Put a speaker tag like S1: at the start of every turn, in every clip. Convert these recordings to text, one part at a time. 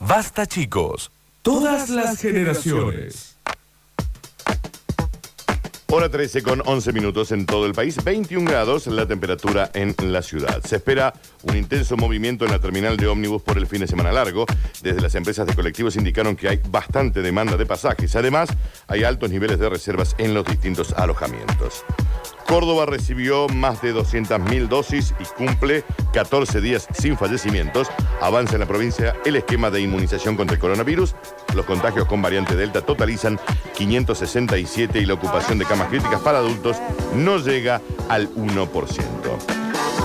S1: Basta chicos, todas las generaciones.
S2: Hora 13 con 11 minutos en todo el país, 21 grados la temperatura en la ciudad. Se espera un intenso movimiento en la terminal de ómnibus por el fin de semana largo. Desde las empresas de colectivos indicaron que hay bastante demanda de pasajes. Además, hay altos niveles de reservas en los distintos alojamientos. Córdoba recibió más de 200.000 dosis y cumple 14 días sin fallecimientos. Avanza en la provincia el esquema de inmunización contra el coronavirus. Los contagios con variante Delta totalizan 567 y la ocupación de camas críticas para adultos no llega al 1%.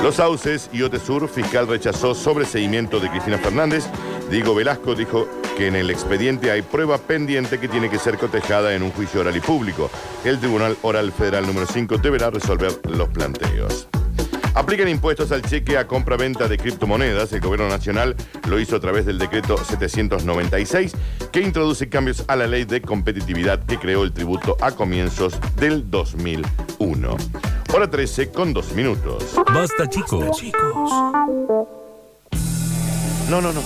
S2: Los Sauces y Otesur, fiscal rechazó sobreseimiento de Cristina Fernández. Diego Velasco dijo que en el expediente hay prueba pendiente que tiene que ser cotejada en un juicio oral y público. El Tribunal Oral Federal número 5 deberá resolver los planteos. Aplican impuestos al cheque a compra-venta de criptomonedas. El Gobierno Nacional lo hizo a través del decreto 796, que introduce cambios a la ley de competitividad que creó el tributo a comienzos del 2001. Hora 13 con 2 minutos.
S1: Basta chicos,
S2: No, no, no.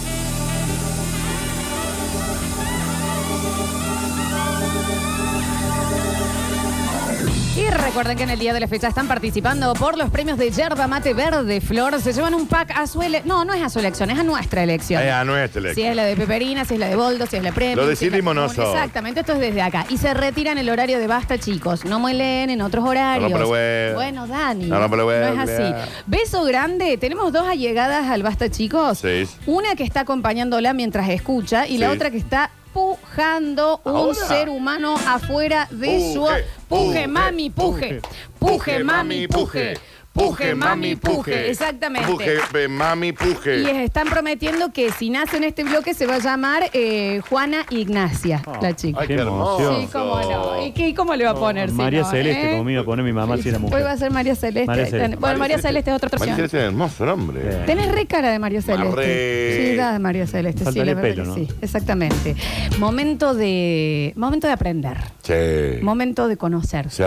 S3: Y recuerden que en el día de la fecha están participando por los premios de Yerba Mate Verde Flor. Se llevan un pack a su ele- No, no es a su elección, es a nuestra elección.
S2: Eh, ah, no es tele-
S3: Si es la de Peperina, si es la de Boldo, si es la Premio.
S2: Lo
S3: si es la
S2: decidimos
S3: Común.
S2: nosotros.
S3: Exactamente, esto es desde acá. Y se retiran el horario de basta, chicos. No muelen en otros horarios.
S2: No rompa la hueva.
S3: Bueno, Dani.
S2: No rompa la hueva.
S3: es así. Beso grande. Tenemos dos allegadas al basta, chicos.
S2: Sí.
S3: Una que está acompañándola mientras escucha y la
S2: Sí.
S3: otra que está pujando un
S2: ¿Ahora?
S3: ser humano afuera de
S2: Puje,
S3: su... Puje,
S2: puje,
S3: mami, puje. Puje, mami, puje. Puje, mami, puje. Exactamente.
S2: Puje, eh, mami, puje.
S3: Y están prometiendo que si nace en este bloque se va a llamar eh, Juana Ignacia, la chica.
S2: Ay, qué
S4: Qué
S2: hermoso.
S4: emoción.
S3: Sí, cómo no. ¿Y qué- cómo le va a poner? si
S4: María
S3: no,
S4: Celeste,
S3: eh?
S4: como me iba a poner mi mamá si era mujer.
S3: Hoy va a ser María Celeste.
S4: María Celeste.
S3: Bueno, María Celeste es otra
S2: María
S3: opción.
S2: Celeste es un hermoso nombre.
S4: Sí.
S3: Tenés re cara de María Celeste.
S2: Marre.
S3: Sí, da de María Celeste. Sí,
S4: Faltale
S3: la verdad
S4: pelo,
S3: que
S4: ¿no?
S3: sí. Exactamente. Momento de, momento de aprender.
S2: Sí.
S3: Momento de conocer.
S2: Sí.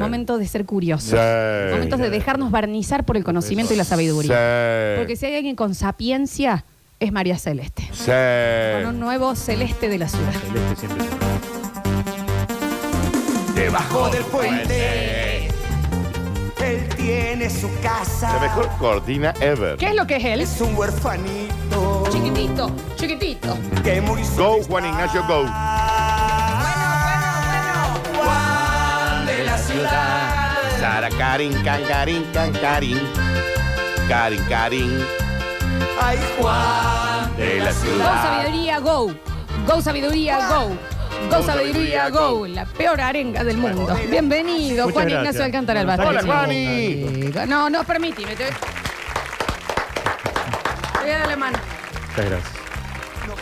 S3: Momento de ser curioso.
S2: Sí.
S3: Momentos de dejarnos barnizar por el conocimiento y la sabiduría.
S2: Sí.
S3: Porque si hay alguien con sapiencia, es María Celeste.
S2: Sí. Eh.
S3: Con un nuevo celeste de la ciudad.
S4: Celeste siempre.
S5: Debajo del puente, él tiene su casa.
S2: La mejor cortina ever.
S3: ¿Qué es lo que es él?
S5: Es un huerfanito
S3: Chiquitito, chiquitito.
S6: Mm.
S5: que muy
S2: Go,
S5: solo
S2: Juan Ignacio, go.
S5: está. Juan de la ciudad.
S2: Sara Karin, can, Karin, can, Karin. Karin, Karin.
S5: Ay, Juan
S2: De la
S3: Go
S2: ciudad.
S3: sabiduría, go. Go sabiduría, go. Go sabiduría, go. La peor arenga del mundo. Bienvenido,
S4: Muchas
S3: Juan
S4: gracias.
S3: Ignacio Alcántara
S4: Bueno,
S3: Alvarez.
S2: Hola,
S4: sáquense la
S2: Juani.
S4: boca,
S3: Eh, No, no, permíteme. Te te voy a dar la mano.
S4: Muchas gracias.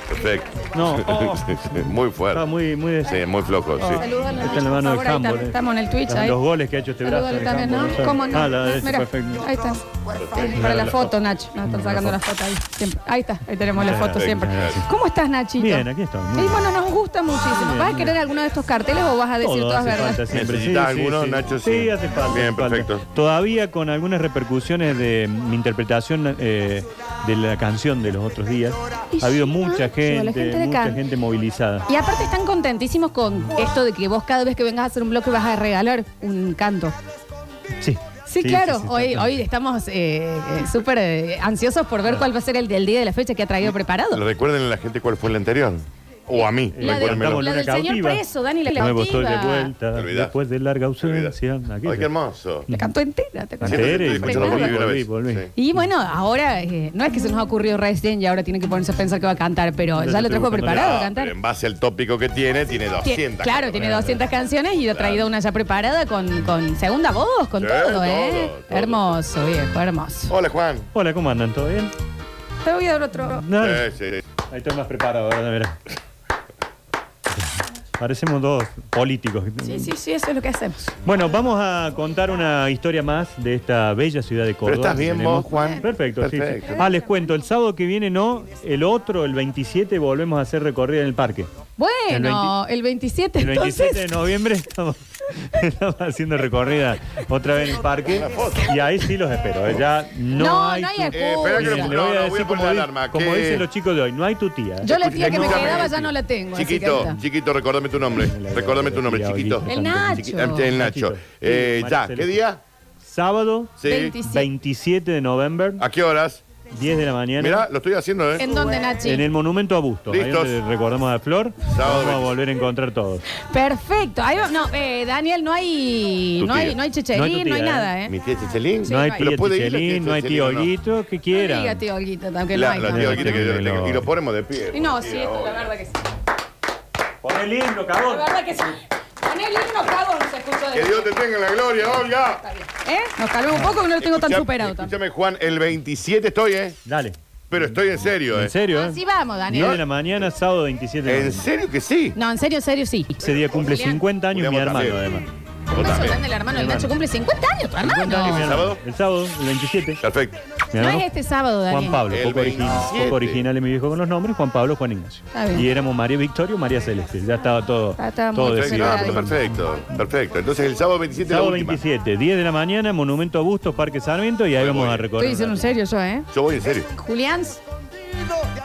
S2: Perfecto.
S4: No, oh,
S2: muy fuerte.
S4: está muy, muy de-
S2: Sí, muy flojo, sí.
S3: Saludalo,
S4: Está en la mano
S3: por
S4: del
S3: favor, ahí
S4: handball,
S3: tam-
S4: eh.
S3: Estamos en el Twitch
S4: Los
S3: ahí.
S4: goles que ha hecho este brazo
S3: Saludalo
S4: de
S3: también,
S4: handball,
S3: ¿no?
S4: ¿sabes?
S3: ¿Cómo no?
S4: Ah, la de ese,
S3: Mira,
S4: perfecto.
S3: Ahí está.
S5: huerfanito.
S3: Para la foto, Nacho. Nos están sacando la foto ahí. Siempre. Ahí está, ahí tenemos la foto siempre. ¿Cómo estás, Nachito?
S4: Bien, aquí estamos.
S3: Y bueno, nos gusta muchísimo.
S4: Bien,
S3: ¿Vas a
S4: bien.
S3: querer alguno de estos carteles o vas a decir
S4: Todo
S3: todas
S4: hace
S3: verdad?
S4: falta siempre.
S2: ¿Necesitas alguno,
S4: sí.
S2: Nacho?
S4: Sí,
S2: Sí.
S4: hace falta.
S2: Bien,
S4: hace falta.
S2: perfecto.
S4: Todavía con algunas repercusiones de mi interpretación eh, de la canción de los otros días.
S3: Y
S4: Ha habido
S3: sí,
S4: mucha
S3: Nacho, la
S4: gente,
S3: gente de
S4: mucha
S3: acá.
S4: gente movilizada.
S3: Y aparte están contentísimos con esto de que vos cada vez que vengas a hacer un bloque vas a regalar un canto.
S4: Sí.
S3: Sí, claro.
S4: sí, sí,
S3: hoy,
S4: está-
S3: hoy estamos eh, eh, súper eh, ansiosos por ver cuál va a ser el del día de la fecha que ha traído
S4: Ah.
S3: preparado.
S2: Recuerden a la gente cuál fue el anterior. O a mí,
S3: La de-
S2: recuérdenmelo.
S4: cantamos
S3: la
S4: Luna
S3: del señor
S4: Cautiva.
S3: preso, Dani, la
S4: Nuevo sol de
S3: cautiva.
S4: vuelta,
S2: Te olvidás.
S4: después de larga ausencia. Aquello.
S2: Ay, qué hermoso.
S3: La cantó entera, ¿te acordás?
S2: Siento que
S4: Tere,
S2: estoy escuchando
S3: volví,
S2: por primera vez.
S4: volví, volví.
S2: Sí.
S3: Y bueno, ahora eh, no es que se nos ha ocurrido recién y ahora tienen que ponerse a pensar que va a cantar, pero ya
S4: Yo te
S3: lo
S4: estoy
S3: trajo
S4: buscando
S3: preparado
S2: No,
S3: a cantar.
S2: pero en base al tópico que tiene, tiene 200.
S3: Tie- claro, tiene 200 canciones y ha
S2: Claro.
S3: traído una ya preparada con, con segunda voz, con
S2: Sí,
S3: todo,
S2: todo,
S3: ¿eh?
S2: todo.
S3: Hermoso, viejo, hermoso.
S2: Hola, Juan.
S4: Hola, ¿cómo andan? ¿Todo bien?
S3: Te
S4: Ah.
S3: voy a dar otro.
S4: Nada.
S2: Sí, sí, sí.
S4: Ahí estoy más preparado, ¿verdad? Mira. Parecemos dos políticos.
S3: Sí, sí, sí, eso es lo que hacemos.
S4: Bueno, vamos a contar una historia más de esta bella ciudad de Córdoba.
S2: Pero estás
S4: que
S2: bien
S4: tenemos.
S2: vos, Juan.
S4: Perfecto, sí, sí.
S2: Perfecto.
S4: Ah, les cuento, el sábado que viene no, el otro, el 27, volvemos a hacer recorrida en el parque.
S3: Bueno, el, 27,
S4: El 27
S3: entonces.
S4: de noviembre estamos, estamos haciendo recorrida otra vez en el parque.
S2: Una foto.
S4: Y ahí sí los espero. eh, Ya no,
S3: No,
S4: hay.
S3: no hay
S4: tu-
S3: excusa.
S2: Eh, espera que
S4: Miren,
S2: no,
S3: Mira,
S2: no,
S4: le voy a
S2: no,
S4: decir
S2: voy a poner
S4: como
S2: la
S4: di-
S2: alarma.
S4: Como
S2: ¿Qué?
S4: dicen los chicos de hoy, no hay tu tía.
S3: Yo la tía que me
S2: Escúchame.
S3: quedaba ya no la tengo. así que ahí
S2: Chiquito,
S3: está.
S2: chiquito, recordame tu nombre. Recordame tu nombre, chiquito.
S3: El Nacho.
S2: Chiqui- eh, El Nacho.
S4: Nachito.
S2: Eh,
S4: Sí,
S2: ya,
S4: Marcelo.
S2: ¿qué día?
S4: Sábado
S2: Sí.
S3: 27.
S4: 27 de noviembre,
S2: ¿A qué horas?
S4: 10 de la mañana.
S2: Mirá, lo estoy haciendo, ¿eh?
S3: ¿En dónde, Nachi?
S4: En el monumento a Busto, ahí
S2: Listos.
S4: donde recordamos a Flor,
S2: Sábado
S4: vamos a
S2: 20.
S4: volver a encontrar todos.
S3: Perfecto. Ahí va- No, eh, Daniel, no hay,
S2: Tu
S3: no hay,
S2: tía.
S3: no hay checherín,
S4: No
S3: no
S4: hay
S3: hay,
S4: tu tía,
S3: nada, ¿eh?
S2: ¿Mi tía Chichelín?
S3: Sí,
S4: no hay
S3: no hay.
S4: tío
S2: Pero puede ir la
S4: Tichelín,
S2: tía
S4: no hay
S2: Tichelín,
S4: tío
S2: ¿o no?
S4: Ollito, que
S3: No diga
S4: quieran.
S3: tío Olguita, también
S2: La,
S3: no hay.
S2: la tía
S3: tampoco.
S2: Olguita que yo le tengo. Y lo ponemos de pie.
S3: Y no, sí, esto, la verdad que sí.
S4: Pon el himno,
S3: La
S4: cabrón.
S3: verdad que sí. Con el himno cagón se escuchó de
S2: Que Dios te tenga en la gloria, Olga.
S3: ¿Eh? Nos calmamos un poco que no lo tengo tan
S2: Escuchá-
S3: superado tampoco.
S2: Escúchame, Juan, el 27 estoy, ¿eh?
S4: Dale,
S2: Pero estoy en serio, ¿eh?
S4: en serio, ¿eh?
S3: Así Ah, vamos,
S4: 10 de
S3: Daniel.
S4: la mañana, sábado 27 de
S2: ¿En
S4: noviembre.
S2: serio que sí?
S3: No, en serio, en serio, sí.
S4: Ese día cumple
S3: Julián.
S4: 50 años mi
S2: Julián, vos
S4: hermano,
S2: también.
S4: además.
S2: Vos
S3: Estás
S2: también.
S3: hablando del hermano del
S4: Hermano.
S3: Nacho, cumple 50 años tu
S4: Mi
S3: hermano.
S2: años.
S4: hermano. El sábado, el 27.
S2: Perfecto.
S4: Mi
S3: No es
S4: hermano,
S3: este sábado, Daniel.
S4: Juan Pablo,
S2: El
S4: poco, original,
S2: 27.
S4: poco original es mi viejo con los nombres, Juan Pablo, Juan Ignacio.
S3: Está bien.
S4: Y éramos María Victoria o María Celeste, ya estaba todo,
S3: Ah, estaba
S4: todo
S3: muy
S4: decidido.
S3: preparado.
S2: Perfecto, perfecto, perfecto. Entonces el sábado 27
S4: Sábado
S2: la última.
S4: 27, 10 de la mañana, Monumento a Bustos, Parque Sarmiento, y ahí
S2: Muy
S4: vamos
S2: bien.
S4: a recorrer.
S3: Estoy diciendo en serio yo, ¿eh?
S2: Yo voy en serio.
S3: Julián,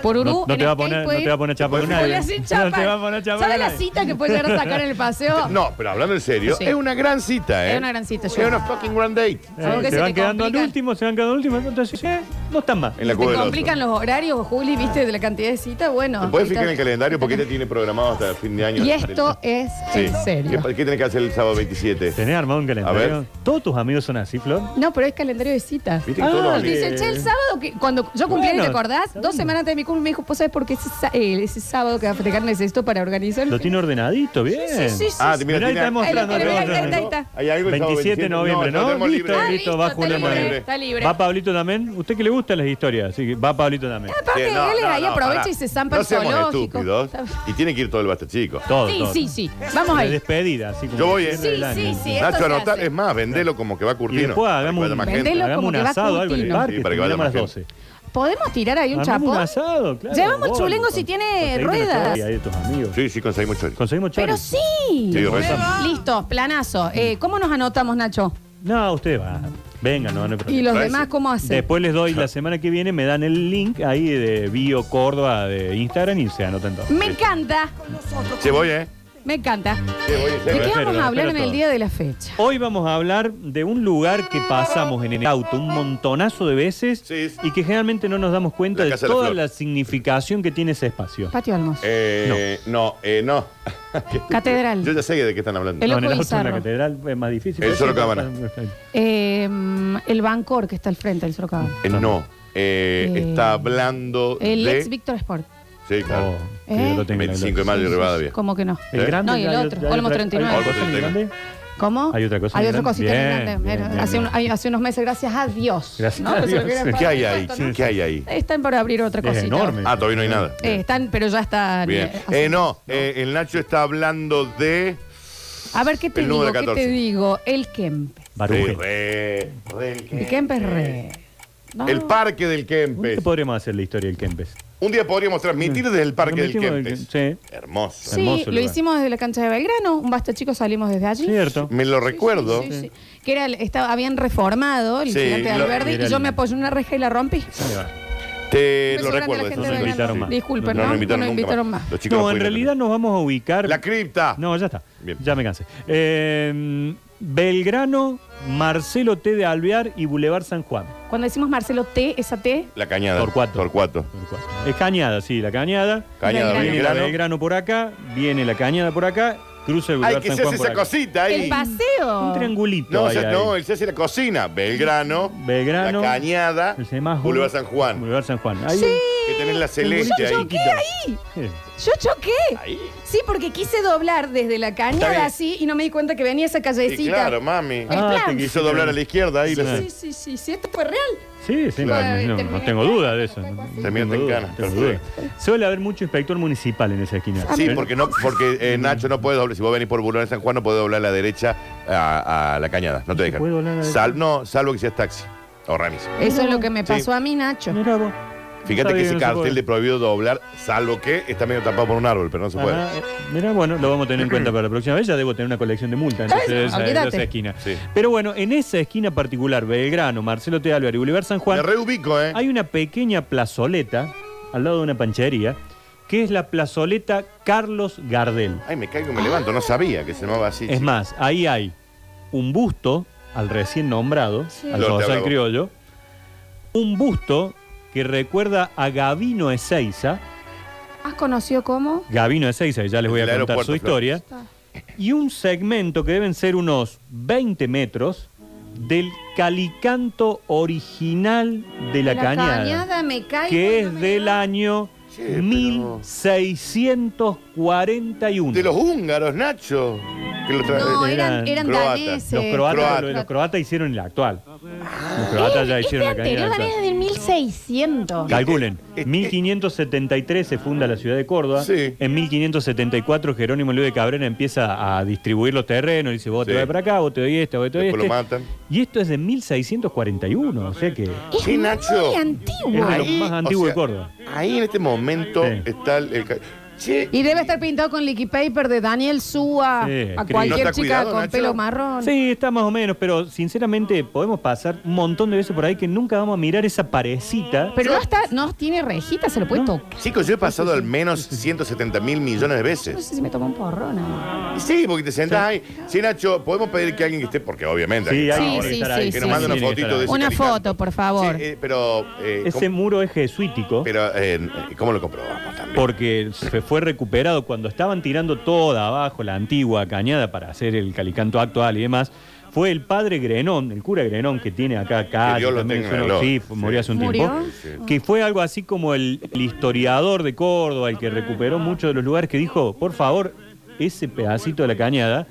S3: por Urú.
S4: No, no
S3: en
S4: te va a
S3: skate
S4: poner, no
S3: puede
S4: te va a
S3: ir.
S4: poner chapa con nadie.
S3: Julián sin chapa.
S4: No te va a poner chapa
S3: ¿Sabe
S4: con
S3: la
S4: nadie.
S3: cita que puede llegar a sacar en el paseo?
S2: No, pero hablando en serio,
S3: Sí.
S2: es una gran cita, ¿eh?
S3: Es una gran cita,
S2: Es
S3: yo.
S2: una fucking grand date.
S4: Eh,
S3: Algo que
S4: se,
S3: se
S4: van
S3: te
S4: quedando al
S3: complican.
S4: último, se van quedando al último, entonces, eh, no están más.
S2: En la cueva
S3: Te
S2: del
S3: complican los horarios, Juli, viste, de la cantidad de citas, bueno.
S2: ¿Te puedes
S3: ahí está.
S2: fijar en el calendario porque este tiene programado hasta el fin de año?
S3: Y esto es
S2: Sí.
S3: en serio.
S2: ¿Qué, qué tenés que hacer el sábado 27?
S4: ¿Tenés armado un
S2: A
S4: calendario?
S2: ver.
S4: Todos tus amigos son así, Flor.
S3: No, pero es calendario de citas.
S2: ¿Viste que todos los
S4: Ah,
S2: amigos-
S3: Dice,
S4: Eh.
S3: che, el sábado, que, cuando yo cumplí,
S4: Bueno,
S3: ¿te acordás? Dos semanas antes de mi cumple me dijo, ¿vos sabés por qué ese, sa- eh, ese sábado que va a festejar necesito para organizar? el
S4: Lo
S3: fin?"
S4: tiene ordenadito, bien.
S3: Sí, sí, sí.
S2: Ah,
S3: sí.
S2: mira,
S4: Mirá, ahí
S2: tiene...
S4: está mostrando,
S3: Ahí lo tiene,
S4: ahí está, ahí
S3: está.
S2: ¿Hay algo el sábado
S4: 27 de noviembre, ¿no?
S2: tenemos
S4: Listo,
S2: libre.
S3: Ah,
S4: listo, va
S3: listo,
S4: Julián
S2: Tenemos
S3: está
S4: también.
S3: libre,
S2: libre.
S3: está libre.
S4: ¿Va Pablito también? ¿Usted que le gustan las historias? Así que va Pablito también.
S3: Aparte,
S2: Sí, no,
S3: él es
S2: no,
S3: ahí
S2: no,
S3: aprovecha
S2: pará.
S3: y se zampa
S2: No
S3: el
S2: seamos
S3: zoológico.
S2: estúpidos.
S3: Está-
S2: Y tiene que ir todo el basta chico.
S4: Todo,
S3: Sí,
S4: todo.
S3: sí, sí. Vamos
S4: De
S3: ahí.
S4: despedida, así como.
S2: Yo voy, eh.
S3: Sí, sí, sí. esto se
S2: Nacho, anotar,
S3: hace.
S2: es más, vendelo como que va a
S4: Y
S2: curtino.
S4: después
S2: para que
S4: hagamos
S2: vaya
S4: un,
S2: más gente.
S3: Vendelo
S4: hagamos
S3: como
S4: un
S3: que va
S4: asado, algo en el
S3: Curtino.
S4: parque,
S2: Sí, para que
S4: terminamos
S2: vaya
S4: a
S2: más
S4: las 12.
S3: ¿Podemos tirar ahí un
S4: Hagamos
S3: chapón?
S4: un asado, claro.
S3: Llevamos
S4: Gol,
S3: chulengo
S4: con-
S3: si tiene
S4: conseguí una
S3: ruedas.
S4: historia ahí de tus amigos.
S2: Sí, sí, conseguimos chorizo.
S4: Conseguimos
S3: Pero
S4: choris.
S3: sí.
S2: Sí, re-
S3: Listo, planazo. Eh, ¿Cómo nos anotamos, Nacho?
S4: No, ustedes van. Vengan, no, no hay problema.
S3: ¿Y los
S2: parece.
S3: demás cómo hacen?
S4: Después les doy la semana que viene, me dan el link ahí de Bio Córdoba de Instagram y se anotan todos.
S3: Me encanta,
S2: Che, voy, ¿eh?
S3: me encanta.
S2: Che, voy en
S3: ¿De
S2: serio.
S3: qué
S4: espero,
S3: vamos
S4: lo
S3: a hablar
S4: espero
S3: en el
S4: todo.
S3: día de la fecha?
S4: Hoy vamos a hablar de un lugar que pasamos en el auto un montonazo de veces
S2: Sí, sí.
S4: y que generalmente no nos damos cuenta
S2: La
S4: de
S2: Casa de la
S4: toda
S2: Flor.
S4: la significación que tiene ese espacio.
S3: Patio Almos.
S2: Eh, no, eh, no.
S3: Catedral.
S2: Yo ya sé de qué están hablando.
S3: El-
S4: en el
S3: Ojo
S4: auto en la
S3: Bizarro.
S4: catedral es más difícil.
S2: El Solo Cámara.
S3: Eh, mm, el Bancor que está al frente del Sorocaba.
S2: Eh, no. Eh,
S3: Eh,
S2: está hablando
S3: El
S2: Eh, de...
S3: ex Víctor Sport.
S2: Sí, claro.
S4: Oh, que yo lo
S3: ¿Eh?
S4: tengo en la
S2: 25 de
S4: gloria.
S2: mayo y Rivadavia.
S3: ¿Cómo que no?
S2: ¿Eh?
S4: El grande.
S3: No, y el
S4: hay
S3: otro,
S4: hay
S3: Olmo
S4: otra-
S3: 39.
S4: ¿Hay otra cosa en el
S2: Olmo
S4: grande?
S3: ¿Cómo?
S4: Hay otra cosa
S3: Hay
S4: en
S3: otra
S4: grande.
S3: cosita en
S4: Bien,
S3: grande.
S4: bien,
S3: Era-
S4: bien,
S3: hace,
S4: bien.
S3: un- hay- hace unos meses, gracias a Dios.
S4: Gracias
S3: ¿no?
S4: a
S3: Eso es lo que
S4: Dios.
S3: era
S2: ¿Qué
S3: para
S2: hay
S3: el
S2: ahí?
S3: resto, ¿no?
S2: ¿Qué hay ahí?
S3: Eh, Están por abrir otra
S4: Es
S3: cosita.
S4: enorme.
S2: Ah, todavía no hay nada.
S3: Eh, están, pero ya están.
S2: Bien.
S3: eh,
S2: Eh,
S3: así.
S2: no, eh, el Nacho está hablando de...
S3: A ver, ¿qué te
S2: el
S3: digo?
S2: número
S3: ¿Qué
S2: 14.
S3: te digo? El Kempe.
S4: Baruje.
S2: Sí, re, re el
S3: El
S2: Kempes.
S3: Kempe es re. No.
S2: El parque del
S4: ¿Qué
S2: Kempes.
S4: podríamos hacer la historia del Kempes?
S2: Un día podríamos transmitir desde el parque del
S4: Transmitimos
S2: Kempes.
S4: del- sí.
S2: Hermoso.
S3: Sí,
S4: hermoso
S3: lo
S4: lugar.
S3: hicimos desde la cancha de Belgrano. Un basta chico, salimos desde allí.
S4: Cierto.
S2: Me lo recuerdo.
S3: Sí, sí. Que era, el- estaba, habían reformado el
S2: Sí,
S3: gigante de
S2: lo-
S3: Alberdi
S4: era
S3: y yo
S4: el-
S3: me apoyé en una reja y la rompí.
S4: Ahí va.
S2: Te lo
S3: Me sobran
S2: recuerdo.
S3: de la
S2: eso
S3: gente de
S4: no nos
S2: sí.
S3: Belgrano.
S4: invitaron más.
S3: Disculpen,
S2: No
S3: ¿no?
S2: nos invitaron,
S3: No nos
S2: nunca
S3: invitaron más.
S2: Los chicos
S4: No, en
S2: pudieron.
S4: realidad nos vamos a ubicar.
S2: La cripta.
S4: No, ya está.
S2: Bien.
S4: Ya me cansé. Eh, Belgrano, Marcelo T. de Alvear y Boulevard San Juan.
S3: Cuando decimos Marcelo T, esa T,
S2: La cañada.
S4: Torcuato.
S2: Torcuato.
S4: Es Cañada, sí, la Cañada.
S2: Cañada
S3: Belgrano.
S4: Viene la
S2: Belgrano.
S4: Belgrano por acá, viene la Cañada por acá, cruza el
S2: Ay,
S4: Boulevard
S2: que
S4: San
S2: se
S4: Juan
S2: hace
S4: por
S2: esa
S4: acá.
S2: cosita
S3: el
S2: ahí.
S3: paseo.
S4: Un triangulito.
S2: No,
S4: ahí,
S2: ya-
S4: ahí.
S2: no, él se hace la cocina. Belgrano.
S4: Belgrano.
S2: La cañada.
S4: el semáforo,
S2: Boulevard San Juan.
S4: Boulevard San Juan. Ahí-
S3: Sí,
S2: que tenés la celeste
S3: Yo
S2: ahí.
S3: choqué ahí.
S4: Eh,
S3: Yo choqué.
S2: Ahí.
S3: Sí, porque quise doblar desde la
S2: Está bien.
S3: cañada así y no me di cuenta que venía esa
S2: Y
S3: callecita.
S2: claro, mami.
S3: Ah, plan.
S2: te quiso doblar a la izquierda ahí. la-
S3: Sí, sí, sí, sí, esto fue real.
S4: Sí, sí, no,
S3: Ay,
S4: no, no
S3: terminé
S4: tengo
S3: en
S4: duda
S3: cana,
S4: de eso. no
S2: Terminé
S4: tengo
S2: en
S4: duda,
S2: cana,
S4: no tengo duda. Suele haber mucho inspector municipal en esa esquina.
S2: Sí, porque no, porque eh, Nacho no puede doblar. Si vos venís por Burón de San Juan, no puede doblar a la derecha a, a la cañada. No te dejan.
S4: puede doblar a la derecha?
S2: Sal- no, salvo que seas taxi o remis.
S3: Eso es lo que me
S2: Sí.
S3: pasó a mí, Nacho.
S4: Mira vos.
S2: Fíjate
S4: Está
S2: que
S4: bien,
S2: ese
S4: no se
S2: cartel
S4: puede.
S2: de prohibido doblar, salvo que está medio tapado por un árbol, pero no se puede.
S4: Ajá, eh, Mira, bueno, lo vamos a tener en cuenta para la próxima vez. Ya debo tener una colección de multas entonces,
S3: Ay, no,
S4: de esa, de esa
S3: olvídate.
S4: esquina.
S2: Sí.
S4: Pero bueno, en esa esquina particular, Belgrano, Marcelo T. Álvarez y Bolívar San Juan,
S2: Me reubico, ¿eh?
S4: hay una pequeña plazoleta al lado de una panchería que es la plazoleta Carlos Gardel.
S2: Ay, me caigo, me levanto. No sabía que se llamaba así.
S4: Es
S2: chico.
S4: más, ahí hay un busto al recién nombrado, al
S2: Lo te
S4: Rosal
S2: hablaba.
S4: Criollo, un busto que recuerda a Gavino Ezeiza,
S3: ¿Has conocido cómo?
S4: Gavino Ezeiza, y ya les voy a
S2: El
S4: contar
S2: aeropuerto,
S4: su historia, y un segmento que deben ser unos 20 metros del calicanto original de la, cañada,
S3: cañada me cae.
S4: que es del año
S2: Sí, pero-
S4: 1641.
S2: De los húngaros, Nacho. Que lo tra-
S3: No,
S2: eh,
S3: eran,
S4: eran
S3: eran
S2: croatas.
S3: daneses.
S4: Los croatas,
S2: Croata.
S4: lo de los croatas hicieron la actual.
S3: Ah.
S4: Los croatas ya hicieron la cañada.
S7: anterior
S4: actual.
S7: también es del 1600.
S4: Calculen,
S2: Eh, eh,
S4: 1573 se funda la ciudad de Córdoba.
S2: Sí.
S4: En 1574 Jerónimo Luis de Cabrera empieza a distribuir los terrenos. Dice, vos
S2: Sí.
S4: te vas para acá, vos te doy este, vos te doy
S2: Después
S4: este.
S2: lo matan.
S4: Y esto es de 1641, o sea que es
S7: Es
S2: Sí, Nacho.
S7: muy
S4: de
S7: antiguo.
S4: los
S2: Ahí,
S4: más
S2: o
S4: antiguos
S2: sea,
S4: de Córdoba.
S2: Ahí en este momento
S4: Sí.
S2: está el. el ca- che,
S3: Y debe estar pintado con liqui paper de Daniel Súa
S4: Sí,
S3: a
S4: increíble.
S2: ¿No
S3: cualquier
S2: está
S3: chica
S2: cuidado,
S3: con
S2: Nacho?
S3: pelo marrón.
S4: Sí, está más o menos, pero sinceramente podemos pasar un montón de veces por ahí que nunca vamos a mirar esa parecita.
S3: Pero no, está, no tiene rejita, se lo puede tocar.
S2: Chicos, yo he pasado al menos 170 mil millones de veces.
S3: No sé si me tomó un porrón. ahí.
S2: Sí, porque te sentás ahí. Sí, Nacho, podemos pedir que alguien que esté, porque obviamente. alguien
S4: Sí, hay
S2: que
S3: Sí,
S2: está
S4: que
S3: sí,
S4: estar
S3: sí,
S4: ahí.
S3: sí,
S2: Que nos mande
S3: sí.
S2: una
S4: Tiene que
S2: fotito de ese
S4: estar
S3: Una
S2: calicanto.
S3: foto, por favor.
S2: Sí, eh, pero. eh,
S4: ahí. Ese
S2: ¿cómo,
S4: muro es jesuítico.
S2: pero, eh, ¿cómo lo comprobamos también?
S4: Porque se fue recuperado cuando estaban tirando toda abajo la antigua cañada para hacer el calicanto actual y demás. Fue el padre Grenón, el cura Grenón que tiene acá
S2: Que
S4: calle,
S2: Dios lo
S4: también
S2: tenga en
S4: es
S2: la
S4: uno-
S2: gloria.
S4: sí, fue- murió hace un tiempo,
S3: ¿Murió?
S2: Sí, sí.
S4: que fue algo así como el, el historiador de Córdoba, el que
S2: Ah.
S4: recuperó muchos de los lugares, que dijo, por favor, ese pedacito de la cañada,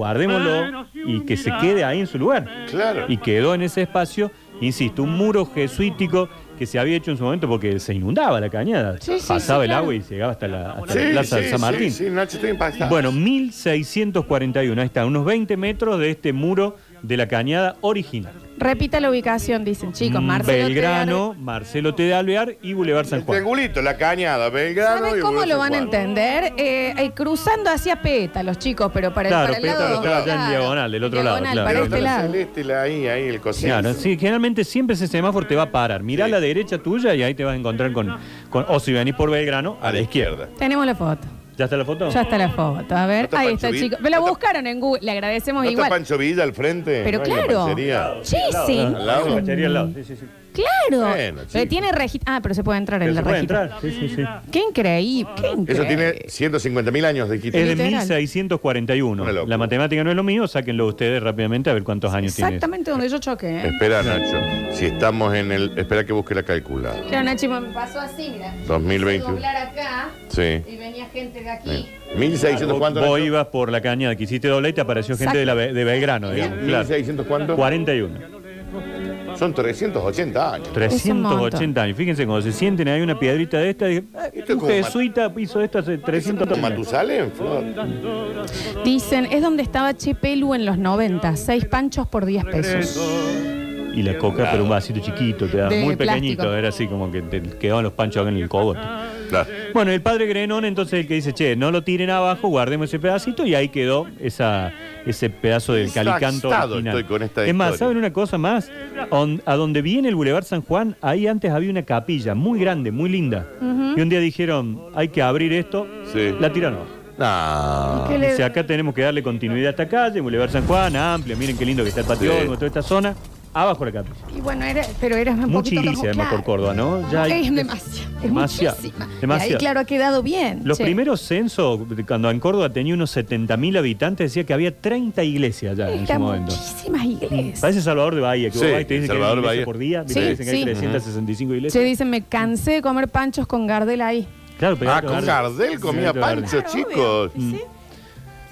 S4: guardémoslo y que se quede ahí en su lugar
S2: Claro.
S4: y quedó en ese espacio, insisto, un muro jesuítico que se había hecho en su momento porque se inundaba la cañada.
S3: Sí, sí,
S4: Pasaba
S3: sí,
S4: el
S3: claro.
S4: agua y llegaba hasta la, hasta
S2: Sí,
S4: la plaza
S2: sí,
S4: de San Martín.
S2: Sí, sí, Nacho, estoy impactado.
S4: Bueno, 1641, ahí está, unos 20 metros de este muro de la cañada original.
S3: Repita la ubicación, dicen chicos.
S4: Mm,
S3: Marcelo
S4: Belgrano, Marcelo T. de Alvear y Boulevard San
S2: El
S4: Juan.
S2: triangulito, la cañada, Belgrano. y
S3: ¿Saben cómo
S2: Burgos
S3: lo van a
S2: San Juan.
S3: entender? Eh, eh, cruzando hacia pétalos, chicos, pero para el,
S4: Claro,
S3: para el
S4: pétalos
S3: lado.
S2: está allá en
S3: claro,
S4: diagonal, del otro lado, claro.
S3: Para
S2: Pero
S3: este
S2: está la
S3: lado.
S2: celeste, la- ahí, ahí, el cosito.
S4: Claro, sí, generalmente siempre ese semáforo te va a parar. Mirá
S2: Sí.
S4: a la derecha tuya y ahí te vas a encontrar con, con o si venís por Belgrano,
S2: A la izquierda.
S3: Tenemos la foto.
S4: ¿Ya está la foto?
S3: Ya está la foto. A
S2: ¿No
S3: ver,
S2: está
S3: ahí
S2: Pancho
S3: está,
S2: Villa?
S3: chicos. Me la
S2: ¿No está-
S3: buscaron en Google, le agradecemos
S2: ¿No está
S3: igual.
S2: Pancho Villa al frente?
S3: Pero
S2: Eh, ¿No hay una
S3: claro.
S2: pizzería?
S3: Sí, sí.
S4: Al lado, la cachería al lado. Sí, sí, sí.
S3: Claro.
S2: Bueno,
S3: Pero
S2: chico.
S3: tiene rejita. Ah, pero se puede entrar en
S4: Pero
S3: la
S4: se puede
S3: rejita.
S4: entrar. Sí, sí, sí.
S3: Qué increíble. Qué
S2: Eso
S3: increíble.
S2: tiene 150 mil años de Quito.
S4: Es de
S3: Literal.
S2: Una
S4: 1641.
S2: locura.
S4: La matemática no es lo mío, sáquenlo ustedes rápidamente a ver cuántos años tiene.
S3: Exactamente donde yo choqué. ¿eh?
S2: Espera, Nacho. Si estamos en el. Espera que busque la calculada.
S3: Mira, Nachi, me pasó así, mira.
S2: 2021.
S3: Doblar acá
S2: Sí.
S3: y venía gente de aquí.
S2: Bien. 1600
S4: Vos,
S2: cuánto.
S4: vos
S2: Nacho?
S4: ibas por la cañada que hiciste doble y te apareció gente de, la Be- de Belgrano, digamos. claro.
S2: 1600 cuánto.
S4: 41.
S2: Son 380 años.
S3: un montón.
S4: 380 años. Fíjense, cuando se sienten hay una piedrita de esta, dije, "Ah,
S2: Esto es
S4: un
S2: como Mat-
S4: jesuita hizo esto hace 300
S2: ¿Con
S4: años".
S2: Matusalén, Flor?
S3: Dicen, es donde estaba Che Pelu en los 90. Seis panchos por 10 pesos.
S4: Y la coca, pero un vasito chiquito, te da,
S3: De
S4: muy pequeñito,
S3: plástico.
S4: era así como que te quedaban los panchos acá en el cogote.
S2: Claro.
S4: Bueno, el padre Grenón entonces el que dice, che, no lo tiren abajo, guardemos ese pedacito y ahí quedó esa, ese pedazo del calicanto
S2: Exaltado
S4: original.
S2: estoy con esta
S4: es más,
S2: historia.
S4: ¿saben una cosa más? On- a donde viene el Boulevard San Juan, ahí antes había una capilla muy grande, muy linda. Y un día dijeron, hay que abrir esto,
S2: Sí.
S4: la tiraron.
S2: No. Ah,
S3: ¿Qué le-
S4: Dice, acá tenemos que darle continuidad a esta calle, Boulevard San Juan, amplia, miren qué lindo que está el patio,
S2: Sí.
S4: toda esta zona. abajo la capilla.
S3: Y bueno, era, pero era un
S4: Mucha
S3: poquito...
S4: iglesia,
S3: como-
S4: además, por Córdoba, ¿no? Ya hay-
S3: es demasiado. Es
S4: Demasiado,
S3: muchísima. Y
S4: demasiado.
S3: ahí, claro, ha quedado bien.
S4: Los
S3: che.
S4: primeros censos, cuando en Córdoba tenía unos 70.000 habitantes, decía que había 30 iglesias ya en
S3: Era
S4: ese momento.
S3: muchísimas iglesias.
S4: Parece Salvador de Bahía, que vos
S2: Sí,
S4: vas y te dicen
S2: Salvador
S4: que hay una iglesia
S2: Bahía.
S4: por día,
S3: Sí,
S4: te dicen que
S3: sí.
S4: hay 365
S3: Che,
S4: iglesias.
S3: dicen, me cansé de comer panchos con Gardel ahí.
S4: Claro, pero
S2: Ah,
S4: hay que
S2: con
S4: darle-
S2: Gardel comía
S4: hay que darle.
S2: pancho, chicos.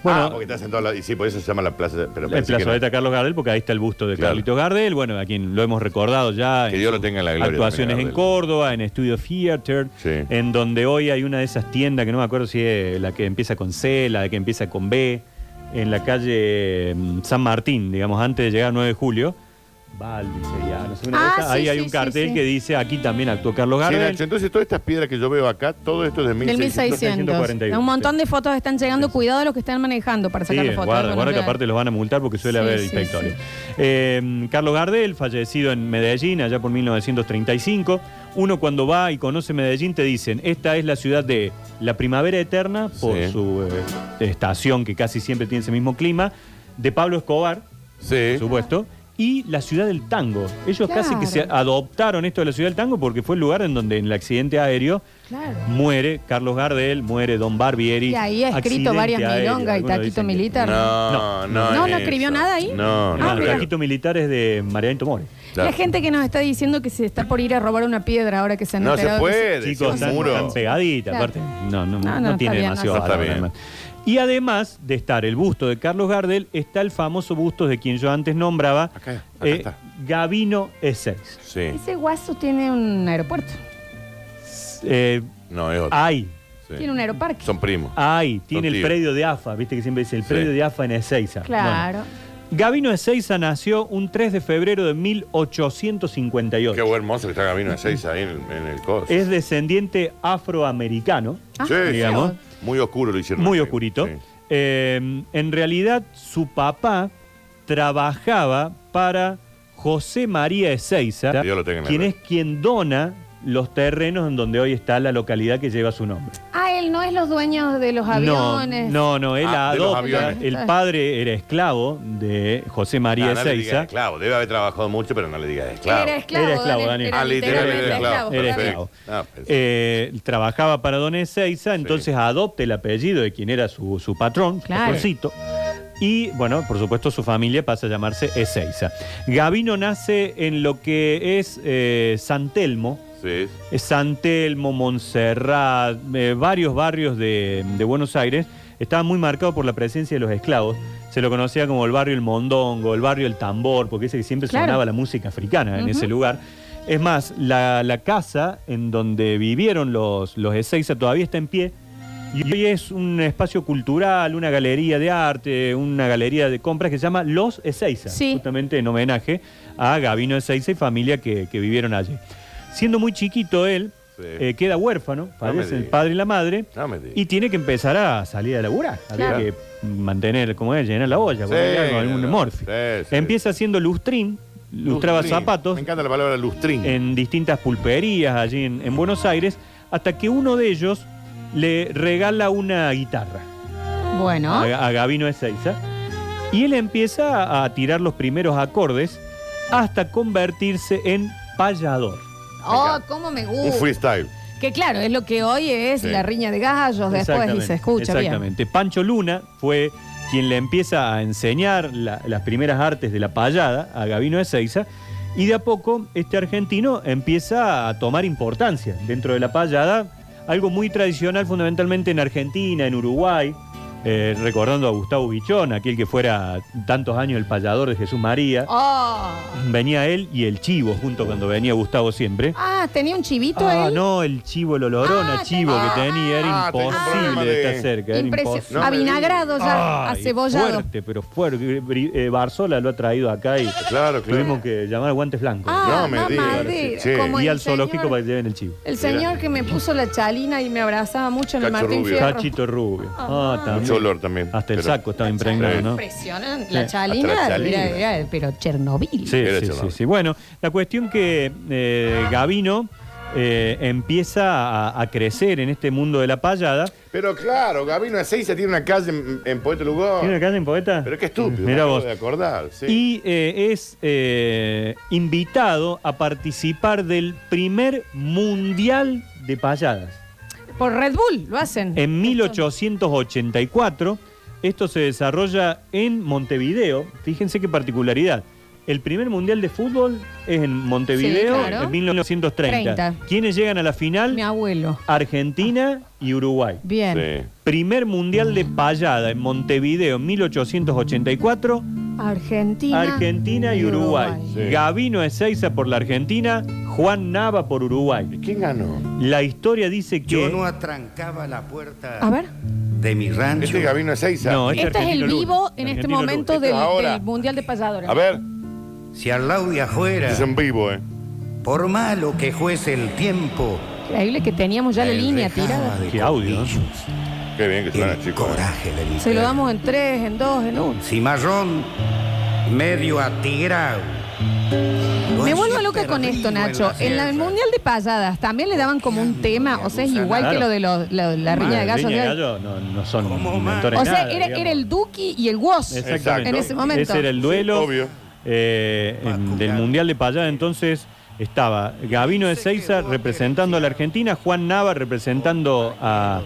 S4: Bueno,
S2: ah, porque estás sentado al lado. Y sí, por eso se llama la plaza. Pero
S4: el
S2: pensé que
S4: plazoleta
S2: no.
S4: Carlos Gardel, porque ahí está el busto de
S2: Claro.
S4: Carlitos Gardel, bueno, a quien lo hemos recordado ya.
S2: Que
S4: en
S2: Dios lo
S4: sus
S2: tenga en la gloria
S4: Actuaciones
S2: también, Gardel.
S4: en Córdoba, en Studio Theater,
S2: Sí.
S4: en donde hoy hay una de esas tiendas que no me acuerdo si es la que empieza con C, la que empieza con B, en la calle mm, San Martín, digamos, antes de llegar 9 de julio. Valdi sería, no sé, una de
S3: Ah,
S4: esas.
S3: sí,
S4: ahí hay
S3: sí,
S4: un
S3: sí,
S4: cartel
S3: sí.
S4: que dice aquí también actuó Carlos
S2: Sí,
S4: Gardel.
S2: Nacho, entonces todas estas piedras que yo veo acá, todo esto es de
S3: Del
S2: 1600.
S3: 1600.
S4: 1641,
S3: Un montón
S4: sí.
S3: de fotos están llegando. Cuidado a los que están manejando para
S4: Sí,
S3: sacar las fotos.
S4: guarda,
S3: ¿eh?
S4: guarda que
S3: Bueno,
S4: aparte los van a multar porque suele
S3: Sí,
S4: haber
S3: sí,
S4: inspectores. Eh, Carlos Gardel, fallecido en Medellín allá por 1935. Uno cuando va y conoce Medellín te dicen, esta es la ciudad de la primavera eterna por
S2: Sí.
S4: su eh, estación que casi siempre tiene ese mismo clima, de Pablo Escobar, por
S2: Sí.
S4: supuesto. Y la ciudad del tango. Ellos casi que se
S3: Claro.
S4: adoptaron esto de la ciudad del tango porque fue el lugar en donde en el accidente aéreo
S3: Claro.
S4: muere Carlos Gardel, muere Don Barbieri.
S3: Y ahí ha escrito
S4: Accidente
S3: varias
S4: aéreo.
S3: milongas y
S4: Algunos
S3: Taquito
S4: dicen que-
S3: Militar.
S2: No, no,
S4: No,
S3: no
S2: en
S3: escribió
S2: eso.
S3: nada ahí.
S2: No,
S4: No,
S3: Ah,
S4: el
S2: no.
S3: mira.
S4: taquito militar es de Marianito More.
S2: Claro.
S3: La gente que nos está diciendo que se está por ir a robar una piedra ahora que se han
S2: No se
S3: enterado que
S2: puede,
S4: Chicos,
S2: es un
S4: están,
S2: muro.
S4: están pegaditas,
S3: Claro.
S4: aparte. No, no, no,
S3: no,
S4: no
S3: está
S4: tiene
S3: bien, no
S4: demasiado
S2: hace falta. No está
S4: valor,
S2: bien.
S4: además. Y además de estar el busto de Carlos Gardel, está el famoso busto de quien yo antes nombraba,
S2: Acá, acá
S4: eh,
S2: está.
S4: Gavino E6.
S2: Sí.
S3: Ese guaso tiene un aeropuerto.
S4: Eh,
S2: No, es otro.
S4: hay,
S2: Sí.
S3: Tiene un aeroparque.
S2: Son primos.
S4: hay, tiene el
S2: Contigo.
S4: predio de AFA, viste que siempre dice el
S2: Sí.
S4: predio de AFA en Ezeiza.
S3: Claro.
S4: Bueno, Gavino Ezeiza nació un 3 de febrero de 1858.
S2: Qué buen mozo que está Gabino de Seis ahí en, el- en el cos.
S4: Es descendiente afroamericano.
S3: Ah,
S2: Sí,
S3: ¿en
S4: digamos.
S3: serio?
S2: Muy oscuro lo hicieron.
S4: Muy
S2: Sí,
S4: oscurito.
S2: sí.
S4: Eh, en realidad, su papá trabajaba para José María Ezeiza,
S2: Que Dios lo tenga en la
S4: quien es
S2: gloria.
S4: quien dona los terrenos en donde hoy está la localidad que lleva su nombre.
S3: Ah, él no es los dueños de los aviones.
S4: No, no, no, él
S2: Ah, de los
S4: adopta.
S2: aviones.
S4: El padre era esclavo de José María
S2: Ah, No, no le digas
S4: Ezeiza.
S2: esclavo. Debe haber trabajado mucho, pero no le digas esclavo.
S3: Era esclavo.
S4: Era esclavo,
S3: Daniel,
S4: Daniel.
S3: era
S2: Ah, literalmente
S3: literalmente
S2: era esclavo.
S4: Era
S3: Daniel.
S4: esclavo.
S2: Ah, pensé.
S4: Eh, trabajaba para Don Ezeiza, entonces adopta el apellido de quien era su, su patrón,
S3: Claro.
S4: patroncito. Y bueno, por supuesto, su familia pasa a llamarse Ezeiza. Gavino nace en lo que es eh, San Telmo.
S2: Sí.
S4: Eh, San Telmo, Montserrat, eh, varios barrios de, de Buenos Aires, estaba muy marcado por la presencia de los esclavos. Se lo conocía como el barrio El Mondongo, el barrio El Tambor, porque ese que siempre
S3: Claro.
S4: sonaba la música africana en
S3: Ujú.
S4: ese lugar. Es más, la, la casa en donde vivieron los, los Ezeiza todavía está en pie. Y hoy es un espacio cultural, una galería de arte, una galería de compras que se llama Los Ezeiza,
S3: Sí.
S4: justamente en homenaje a Gabino Ezeiza y familia que, que vivieron allí. Siendo muy chiquito él,
S2: Sí.
S4: eh, queda huérfano, fallece el
S2: digas.
S4: padre y la madre,
S2: No me digas.
S4: y tiene que empezar a salir a laburar. Había
S2: Claro.
S4: que mantener, como es, llenar la olla,
S2: Sí,
S4: ponerle algo, algún
S2: no,
S4: morfi.
S2: sí, sí.
S4: Empieza haciendo lustrín, lustraba
S2: Lustrín.
S4: zapatos
S2: Me encanta la palabra lustrín.
S4: en distintas pulperías allí en, en Buenos Aires, hasta que uno de ellos le regala una guitarra
S3: Bueno.
S4: a, a Gabino Ezeiza. Y él empieza a tirar los primeros acordes hasta convertirse en payador.
S3: Oh, cómo me
S2: Un
S3: gusta.
S2: freestyle.
S3: Que claro, es lo que hoy es
S2: Sí.
S3: la riña de gallos después y
S4: Exactamente,
S3: se escucha bien.
S4: Exactamente. Pancho Luna fue quien le empieza a enseñar la- las primeras artes de la payada a Gabino Ezeiza. Y de a poco este argentino empieza a tomar importancia dentro de la payada, algo muy tradicional fundamentalmente en Argentina, en Uruguay, eh, recordando a Gustavo Bichón, aquel que fuera tantos años el payador de Jesús María.
S3: Oh.
S4: Venía él y el chivo junto cuando venía Gustavo siempre.
S3: Ah, tenía un chivito
S4: Ah,
S3: él.
S4: no, el chivo, el olorón
S3: Ah,
S4: a chivo que tenía, era
S2: Ah, tenía un
S4: imposible
S2: problema
S4: de
S2: de-
S4: estar cerca. Era
S3: Impresionante.
S4: imposible.
S2: No me
S3: Avinagrado ya,
S4: Ay,
S3: acebollado.
S4: Fuerte, pero fuerte. Bri- eh, Barzola lo ha traído acá y
S2: Claro, claro.
S4: tuvimos que llamar a guantes blancos.
S3: Ah,
S2: No me
S3: mamadera,
S2: digas. Sí.
S3: como
S4: y
S3: el
S4: al zoológico
S3: señor-
S4: para que lleven el chivo.
S3: El señor que me puso la chalina y me abrazaba mucho en el
S2: Cacho
S3: Martín
S2: Rubio.
S3: Fierro.
S4: Cachito rubio.
S3: Ah.
S4: Ah, también.
S2: Mucho olor también.
S4: Hasta el
S2: Pero-
S4: saco estaba
S3: Era
S4: impregnado, ¿no?
S3: Impresionante. La
S4: Sí.
S3: chalina,
S2: Hasta la chalina.
S3: era- era- pero Chernobyl.
S4: Sí,
S2: Era
S4: sí, sí,
S2: Chernobyl.
S4: sí. Bueno, la cuestión que eh, Gavino eh, empieza a, a crecer en este mundo de la payada.
S2: Pero claro, Gabino Ezeiza tiene una calle en, en Poeta Lugones.
S4: ¿Tiene una calle en poeta?
S2: Pero qué estúpido, me
S4: Mira
S2: acabo
S4: vos.
S2: de acordar. sí.
S4: Y eh, es eh, invitado a participar del primer mundial de payadas.
S3: Por Red Bull lo hacen.
S4: En 1884, esto se desarrolla en Montevideo. Fíjense qué particularidad. El primer mundial de fútbol es en Montevideo
S3: Sí, claro.
S4: en 1930.
S3: 30.
S4: ¿Quiénes llegan a la final?
S3: Mi abuelo.
S4: Argentina y Uruguay.
S3: Bien.
S2: Sí.
S4: Primer mundial de payada en Montevideo en 1884.
S3: Argentina.
S4: Argentina y Uruguay.
S2: Sí.
S4: Gabino Ezeiza por la Argentina, Juan Nava por Uruguay.
S2: ¿Quién ganó?
S4: La historia dice que.
S6: Yo no atrancaba la puerta
S3: A ver.
S6: de mi rancho.
S2: Este es Gabino Ezeiza.
S4: No, es-
S3: Este es el
S4: Argentino Lula.
S3: vivo en este
S4: Argentino
S3: momento
S2: Lula.
S3: del,
S2: Esto ahora.
S3: del Mundial de Pasadores.
S2: A ver,
S6: Si al lado de afuera,
S2: es en vivo, ¿eh?
S6: por malo que fuese el tiempo,
S3: Increíble que teníamos ya la
S6: él
S3: línea
S6: dejaba
S3: tirada.
S6: de
S4: Qué audio, ¿no?
S6: colmillos
S2: Qué bien que suena,
S6: El
S2: chicos. ¿eh?
S6: coraje del
S3: Se lo
S6: infierno.
S3: damos en tres, en dos, en uno.
S6: Cimarrón, medio atigrado. Lo
S3: Me
S6: hacía
S3: vuelvo loca con
S6: perdido
S3: esto, Nacho.
S6: las
S3: En la- el
S6: herbas.
S3: Mundial de Payadas también le daban como un tema, o sea, es igual
S4: Claro.
S3: que lo de los- la, la riña de
S4: La
S3: gallos.
S4: riña
S3: de hoy.
S4: gallo no, no son
S6: Como
S4: inventores
S3: O sea,
S4: nada,
S3: era,
S4: digamos.
S3: era el Duki y el Woz.
S4: Exactamente.
S3: en ese momento.
S4: Ese era el duelo
S2: Sí, obvio.
S4: eh, en- del Mundial de Payada. Entonces estaba Gabino de Seiza representando a la Argentina, Juan Nava representando a,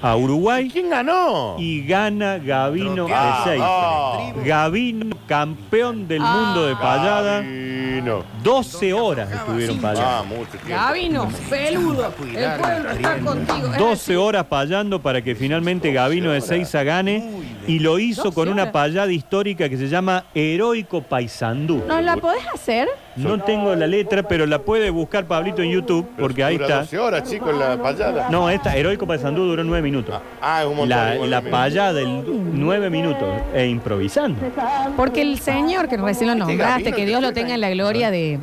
S4: a Uruguay
S2: ¿Quién ganó?
S4: y gana Gabino de
S2: Ah,
S4: Seiza.
S2: ah,
S4: Gabino, campeón del mundo de
S2: Ah,
S4: payada.
S2: Gabino.
S4: 12 horas estuvieron
S2: Ah,
S4: payando.
S2: mucho tiempo.
S3: Gabino, peludo, el pueblo está contigo. Es
S4: 12
S3: así.
S4: horas payando para que finalmente Gabino de Seiza gane y lo hizo
S3: 12
S4: con una
S3: horas.
S4: payada histórica que se llama Heroico Paisandú.
S3: ¿Nos la podés hacer?
S4: No tengo la letra, pero la puede buscar Pablito en YouTube, porque ahí
S2: Dura
S4: está.
S2: 12 horas, chicos, la payada.
S4: No, esta, Heroico Paisandú duró nueve minutos.
S2: Ah, es un montón.
S4: La,
S2: igual
S4: la
S2: también.
S4: payada, el nueve minutos, e improvisando.
S3: Porque el señor que recién lo nombraste,
S2: Gabino
S3: que
S2: que
S3: Dios lo
S2: suena.
S3: tenga en la gloria de.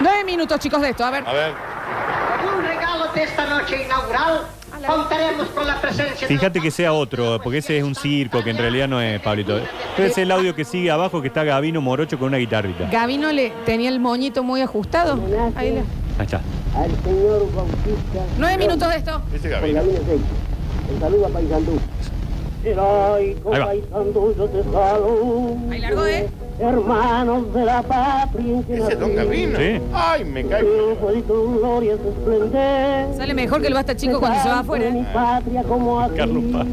S3: Nueve minutos, chicos, de esto. A ver.
S2: A ver,
S8: Con un regalo de esta noche inaugural, contaremos con la presencia de
S4: Fíjate que sea otro, porque ese es un circo que en realidad no es Pablito. Ese es el audio que sigue abajo que está Gabino Morocho con una guitarrita.
S3: Gabino le tenía el moñito muy ajustado. Ahí le-
S4: Ahí está.
S9: al señor Bautista
S3: Nueve minutos de esto.
S2: este es
S9: Pergamino
S2: Gabino.
S9: Seixas. Te saluda Paisandú. Heroico
S4: Ahí va.
S9: Paisandú, yo te saludo.
S3: Ahí largo, ¿eh?
S9: Hermanos de la patria en que
S2: Ese es Don Gabino.
S4: Sí.
S2: Ay, me cae.
S9: triunfo y tu gloria se esplendor.
S3: Sale mejor que el basta chico cuando se va
S9: Tanto
S3: afuera.
S9: de mi patria como a ti.
S4: Carlos Paz.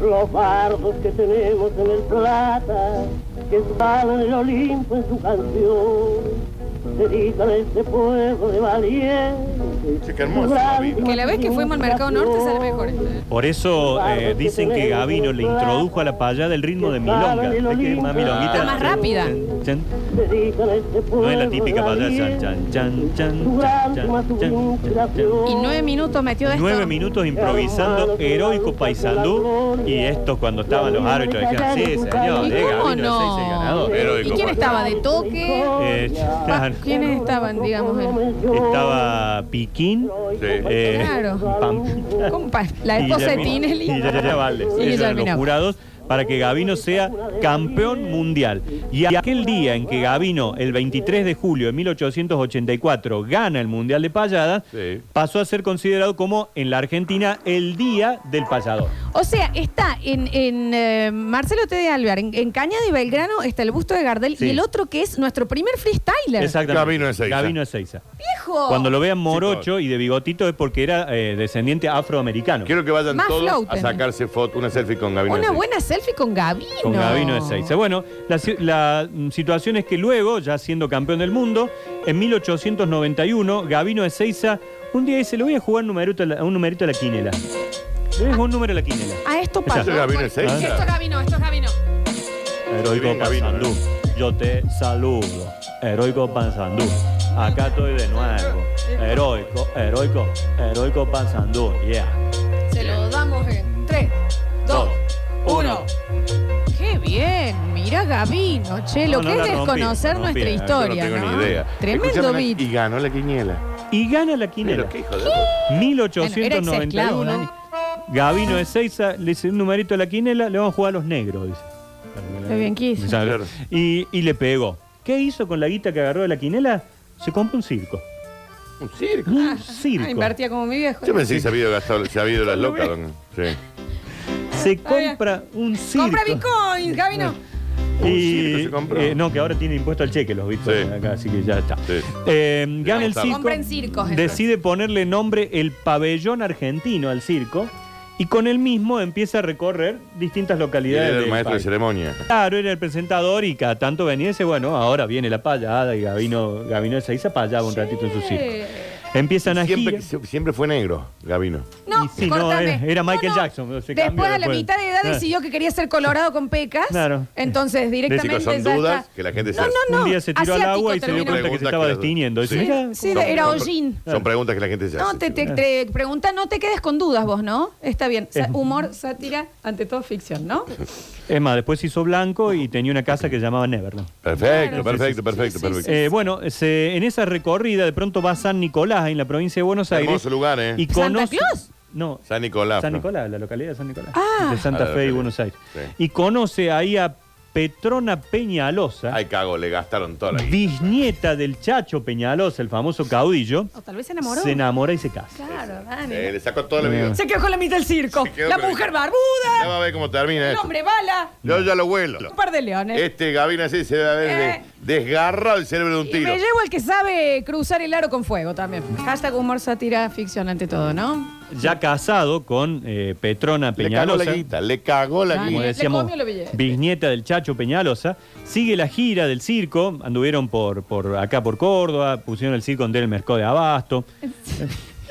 S9: Los bardos que tenemos en el plata, que salen el Olimpo en su canción, dedican a este pueblo de valientes.
S2: Sí, qué hermoso,
S9: su gran
S2: Gabino.
S3: Que la vez que fuimos al Mercado Norte sale mejor.
S4: Por eso eh, dicen que Gabino le introdujo a la payada el ritmo de milonga. Es que es más milonguita.
S3: Está más rápida.
S4: Chan,
S9: Dedican a este
S4: No es la
S9: pueblo
S4: típica
S9: de
S4: payada. Chan,
S9: valientes,
S4: chan, chan, chan,
S9: su
S4: chan,
S9: gran
S4: chan,
S9: su
S4: chan, chan, chan.
S9: inspiración.
S3: Y nueve minutos metió de esto.
S4: Nueve minutos improvisando heroico paisandú y esto cuando estaban los árbitros dijeron, sí señor,
S3: ¿Y
S4: eh,
S3: cómo
S4: Gabino de Seiza,
S3: no?
S4: ganador.
S3: ¿Y
S2: Heroico,
S3: quién
S2: pues.
S3: estaba de toque?
S4: Eh,
S3: Ah,
S4: claro.
S3: ¿Quiénes estaban, digamos? eh?
S4: estaba Piquín,
S2: Sí.
S4: eh,
S3: Claro.
S4: Pampita,
S3: Compa, la
S4: y
S3: esposa de
S4: Guillermina-
S3: Tinelli.
S4: Y Yaya Valdés.
S3: Y
S4: Esos eran los
S3: Guillermina.
S4: jurados para que Gabino sea campeón mundial. Y aquel día en que Gabino, el 23 de julio de 1884, gana el Mundial de Payada,
S2: Sí.
S4: pasó a ser considerado como en la Argentina el Día del Payador.
S3: O sea, está en, en, eh, Marcelo T. de Alvear, en, en Caña de Belgrano está el busto de Gardel
S4: Sí.
S3: y el otro que es nuestro primer freestyler.
S4: Exactamente.
S2: Gabino Ezeiza.
S4: Gabino Ezeiza.
S3: ¡Viejo!
S4: Cuando lo vean morocho y de bigotito es porque era eh, descendiente afroamericano.
S2: Quiero que vayan
S3: Más
S2: todos
S3: flauten.
S2: a sacarse foto, una selfie con Gabino.
S3: Una
S2: Ezeiza.
S3: buena selfie con Gabino.
S4: Con Gabino de Seiza. Bueno, la, si- la, mm, situación es que luego, ya siendo campeón del mundo, en 1891, Gabino de Seiza un día dice, le voy a jugar un numerito a, la- un numerito a la quinela. Le dejo un número a la quinela.
S3: A esto pasa.
S2: Eso es Gabino de Seiza.
S3: Esto es Gabino, esto es Gabino.
S4: Heroico
S2: Bien, Gabino,
S4: Panzandú, yo te saludo. Heroico Panzandú, acá estoy de nuevo. Heroico, heroico, heroico Panzandú, yeah.
S3: Se lo damos en 3, 2, 1. ¡Qué bien! Mira Gabino, che, lo
S4: No, no
S3: que
S4: la
S3: es
S4: rompí,
S3: desconocer
S4: la rompí,
S3: nuestra
S4: eh, yo no
S2: Yo
S3: historia.
S2: no tengo
S3: ¿no?
S2: ni idea.
S3: Tremendo
S2: Escuchame,
S3: beat.
S2: Y ganó la quiniela.
S4: Y gana la quinela.
S2: Pero qué hijo de...
S3: Bueno, era
S4: 1891.
S3: exesclavo, Dani.
S4: Gabino de Seiza le dice un numerito a la quinela, le vamos a jugar a los negros, dice.
S3: Qué bien que hizo. Ah,
S4: Ya,
S2: Claro.
S4: Y, y le pegó. ¿Qué hizo con la guita que agarró de la quinela? Se compró un circo.
S2: Un circo.
S4: Un
S3: Ah,
S4: circo.
S3: invertía como mi viejo.
S2: Yo pensé que se había gastado, se había ido las locas. don- Sí.
S4: Se compra un circo.
S3: Compra bitcoin, Gabino.
S2: Un circo
S4: Y,
S2: se compró.
S4: eh, no, que ahora tiene impuesto al cheque los bitcoins
S2: Sí.
S4: acá, así que ya está.
S2: Sí.
S4: Eh, gana el
S2: Está.
S4: circo.
S3: Compren circos. entonces.
S4: Decide ponerle nombre el pabellón argentino al circo y con el mismo empieza a recorrer distintas
S2: Y él
S4: localidades.
S2: era el
S4: del
S2: maestro de
S4: país.
S2: ceremonia.
S4: Claro, era el presentador y cada tanto venía y decía, bueno, ahora viene la payada y Gabino, Gabino de Saiza payaba un ratito en su circo.
S3: Eh,
S4: Empiezan a
S2: Siempre,
S4: girar.
S2: siempre fue negro, Gabino.
S3: No,
S4: Y sí, no,
S3: córtame.
S4: era- era Michael Jackson, se
S3: Después,
S4: cambió
S3: a la
S4: después.
S3: mitad de edad,
S4: Claro.
S3: decidió que quería ser colorado con pecas.
S4: Claro.
S3: Entonces, directamente.
S2: Chicos, son
S3: ya
S2: dudas
S3: está.
S2: que la gente se
S3: No,
S2: hace.
S3: no, no.
S4: Un día se tiró al
S3: asiático
S4: agua y se dio
S3: terminó.
S4: cuenta que se
S2: Pregunta
S4: estaba
S2: que-
S4: destiniendo. Dice,
S2: Sí.
S4: "Mirá,
S3: Sí,
S4: ¿cómo?".
S3: era
S2: Son-
S3: hollín.
S2: Son preguntas que la gente se hace.
S3: No, te, te, te pregunta, no te quedes con dudas vos, ¿no? Está bien. Sa-
S4: Es-
S3: humor, sátira, ante todo ficción, ¿no?
S4: Es más, después se hizo blanco y tenía una casa que llamaba Neverland.
S2: Perfecto,
S3: Claro.
S2: perfecto, perfecto,
S3: sí,
S2: perfecto.
S4: Eh, bueno, se- en esa recorrida de pronto va San Nicolás en la provincia de Buenos Aires.
S2: Hermoso lugar, ¿eh?
S4: Y
S3: ¿Santa
S4: conoce,
S3: Claus?
S4: No,
S2: San Nicolás.
S4: San
S2: ¿no?
S4: Nicolás, la localidad de San Nicolás.
S3: Ah.
S4: De Santa
S2: Ah, la
S4: Fe y
S2: localidad.
S4: Buenos Aires.
S2: Sí.
S4: Y conoce ahí a Petrona Peñalosa,
S2: Ay, cago, le gastaron toda la guita.
S4: bisnieta del Chacho Peñalosa, el famoso caudillo.
S3: O tal vez se enamoró.
S4: Se enamora y se casa.
S3: Claro, Dani.
S2: Eh, le sacó toda la vida.
S3: Se quedó con la mitad del circo.
S2: Se quedó
S3: La
S2: con la
S3: mujer
S2: mitad. Ya va
S3: barbuda.
S2: a ver cómo termina
S3: El
S2: esto.
S3: hombre bala.
S2: Yo ya lo vuelo.
S3: Un par de leones.
S2: Este Gabino así se va a ver de-
S3: Eh.
S2: desgarrado el cerebro de un
S3: Y
S2: tiro.
S3: me llevo al que sabe cruzar el aro con fuego también. Hashtag humor, sátira, ficción ante todo, ¿no?
S4: Ya casado con eh, Petrona
S2: Le cagó la
S4: Peñalosa.
S2: guita, le cagó la
S3: Dani.
S4: como
S2: guita.
S3: Le
S4: decíamos,
S3: comió los billetes.
S4: bisnieta del Chacho Peñalosa, sigue la gira del circo, anduvieron por, por acá por Córdoba, pusieron el circo en el Mercado de Abasto.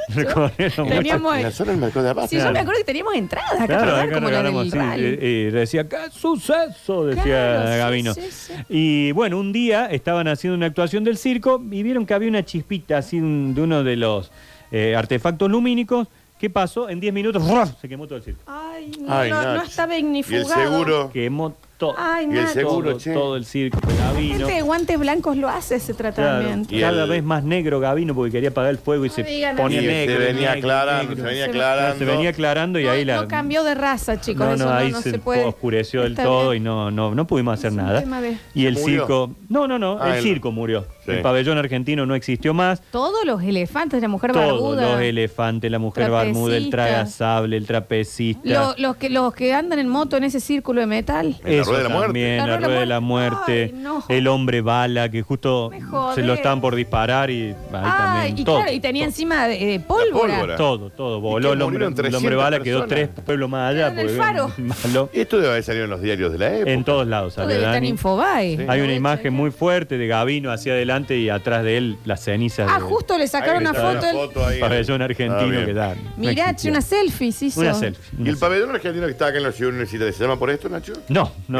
S4: Recorrieron mucho.
S3: Teníamos.
S2: En la zona del mercado de abajo.
S3: Sí, yo me acuerdo que teníamos entradas acá,
S4: Claro,
S3: para ver
S4: acá
S3: como la
S4: regalamos,
S3: del
S4: sí,
S3: rally.
S4: eh, eh, decía, acá suceso, decía
S3: Claro, sí,
S4: Gabino.
S3: sí, sí.
S4: Y bueno, un día estaban haciendo una actuación del circo y vieron que había una chispita así un- de uno de los eh, artefactos lumínicos. ¿Qué pasó? En 10 minutos ¡ruah! se quemó todo el circo.
S3: Ay, no,
S2: Ay,
S3: no, no
S2: Nacho.
S3: está
S2: Y
S3: begnifugado.
S2: el seguro.
S4: Quemó todo.
S3: Ay,
S2: Y el
S3: Nacho.
S2: seguro,
S4: todo,
S2: che.
S4: todo el circo. Gabino.
S3: Gente de guantes blancos lo hace ese
S4: Claro,
S3: tratamiento.
S2: Y
S4: cada
S2: el-
S4: vez más negro Gabino porque quería apagar el fuego y se
S3: digan
S4: ponía
S2: Y
S3: así.
S4: negro.
S2: se venía
S4: negro,
S2: aclarando, se
S4: negro.
S2: venía
S3: Se-
S2: aclarando.
S4: Se venía aclarando y
S3: no,
S4: ahí la...
S3: no cambió de raza, chicos.
S4: no,
S3: eso
S4: no, ahí
S3: no
S4: se,
S3: se, puede.
S4: oscureció del
S3: Está
S4: todo
S3: bien.
S4: y no, no, no pudimos hacer
S3: un
S4: nada.
S3: tema de-
S4: Y el
S2: ¿Murió?
S4: circo, no, no, no,
S2: Ah,
S4: el
S2: el-
S4: circo murió.
S2: Sí.
S4: El pabellón argentino no existió más.
S3: Todos los elefantes, la mujer
S4: Todos
S3: barbuda.
S4: los elefantes, la mujer barmuda, el
S3: Trapecista.
S4: tragasable, el trapecista.
S3: Lo- los, que, los que andan en moto en ese círculo de metal.
S2: En la rueda de la muerte.
S4: también,
S3: La
S4: la rueda de la muerte,
S3: Ay, no.
S4: el hombre bala que justo
S3: Me jodés.
S4: se lo estaban por disparar y ahí
S3: Ah,
S4: también
S3: y
S4: todo,
S3: claro, y tenía encima de, de
S2: La
S3: pólvora.
S2: pólvora.
S4: todo, todo, voló el hombre,
S2: murieron
S4: el hombre
S2: 300
S4: bala quedó tres
S2: personas.
S4: pueblos más allá.
S3: En el
S4: porque-
S3: faro.
S4: malo.
S2: Esto debe haber salido en los diarios de la época.
S4: en todos lados,
S3: Todo
S4: sale
S3: debe estar en
S4: Dani.
S3: Infobae.
S4: Hay una imagen muy fuerte de Gabino hacia adelante y atrás de él las cenizas.
S3: Ah,
S4: de-
S3: justo le sacaron
S2: Ahí
S3: una
S2: está
S3: foto.
S2: la
S3: del-
S2: foto ahí.
S4: Pabellón
S2: Ah,
S4: argentino
S2: bien.
S4: que da.
S3: Mirá, che, una selfie, sí.
S4: Una selfie.
S2: ¿Y el pabellón argentino que está acá en la ciudad universitaria se llama por esto, Nacho?
S4: No, no,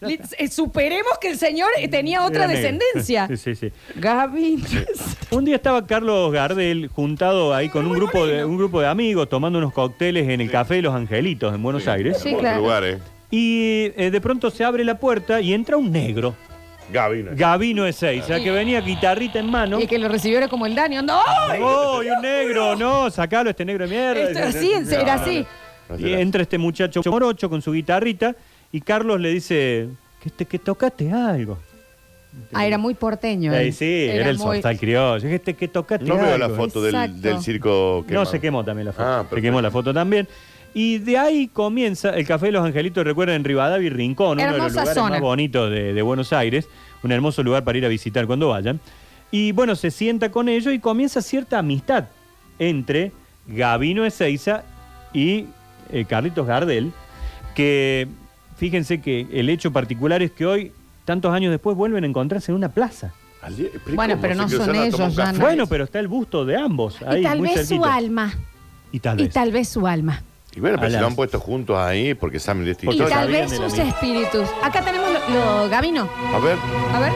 S3: Le- eh, superemos que el señor eh, tenía otra
S4: Era negro.
S3: descendencia.
S4: Sí, sí, sí.
S3: Gaby.
S4: Un día estaba Carlos Gardel juntado ahí con un grupo de un grupo de amigos tomando unos cócteles en el Café de los Angelitos en Buenos Aires.
S3: Sí,
S2: Hermoso
S3: claro.
S2: lugar, eh.
S4: Y eh, de pronto se abre la puerta y entra un negro,
S2: Gabino.
S4: Gabino Ezeiza, que venía guitarrita en mano.
S3: Y que lo recibió era como el Dani. ¡No!
S4: ¡Oh, y un negro! ¡No! ¡Sacalo, este negro de mierda!
S3: Esto era así, era así. Ah,
S4: Y entra este muchacho morocho con su guitarrita y Carlos le dice que, te, que tocaste algo.
S3: Ah, era muy porteño.
S4: Ahí
S3: él.
S4: sí, era, el
S3: muy-
S4: sonsal criollo. Que te, que tocaste
S2: No
S4: algo.
S2: veo la foto del,
S3: Exacto.
S2: del circo que
S4: No, se quemó también la foto.
S2: Ah,
S4: se
S2: perfecto.
S4: quemó la foto también. Y de ahí comienza el Café de los Angelitos, recuerden, en Rivadavia y Rincón, uno de los
S3: Hermosa
S4: lugares
S3: zona.
S4: más bonitos de, de Buenos Aires. Un hermoso lugar para ir a visitar cuando vayan. Y bueno, se sienta con ellos y comienza cierta amistad entre Gabino Ezeiza y eh, Carlitos Gardel, que fíjense que el hecho particular es que hoy, tantos años después, vuelven a encontrarse en una plaza.
S3: Bueno, pero no son ellos, ya no.
S4: Bueno, pero está el busto de ambos ahí,
S7: y tal
S4: muy
S7: vez su
S4: cerquita.
S7: alma.
S4: Y tal
S3: Y
S4: vez.
S3: tal vez su alma.
S2: Y bueno, pero
S4: A
S2: se lo
S4: las-
S2: han puesto juntos ahí porque saben de esta
S4: Porque
S3: Y
S4: Todos
S2: historia.
S3: tal
S4: sabían
S3: vez
S4: de la
S3: sus
S4: misma.
S3: espíritus. Acá tenemos lo, lo- Gabino.
S2: A ver,
S3: A ver.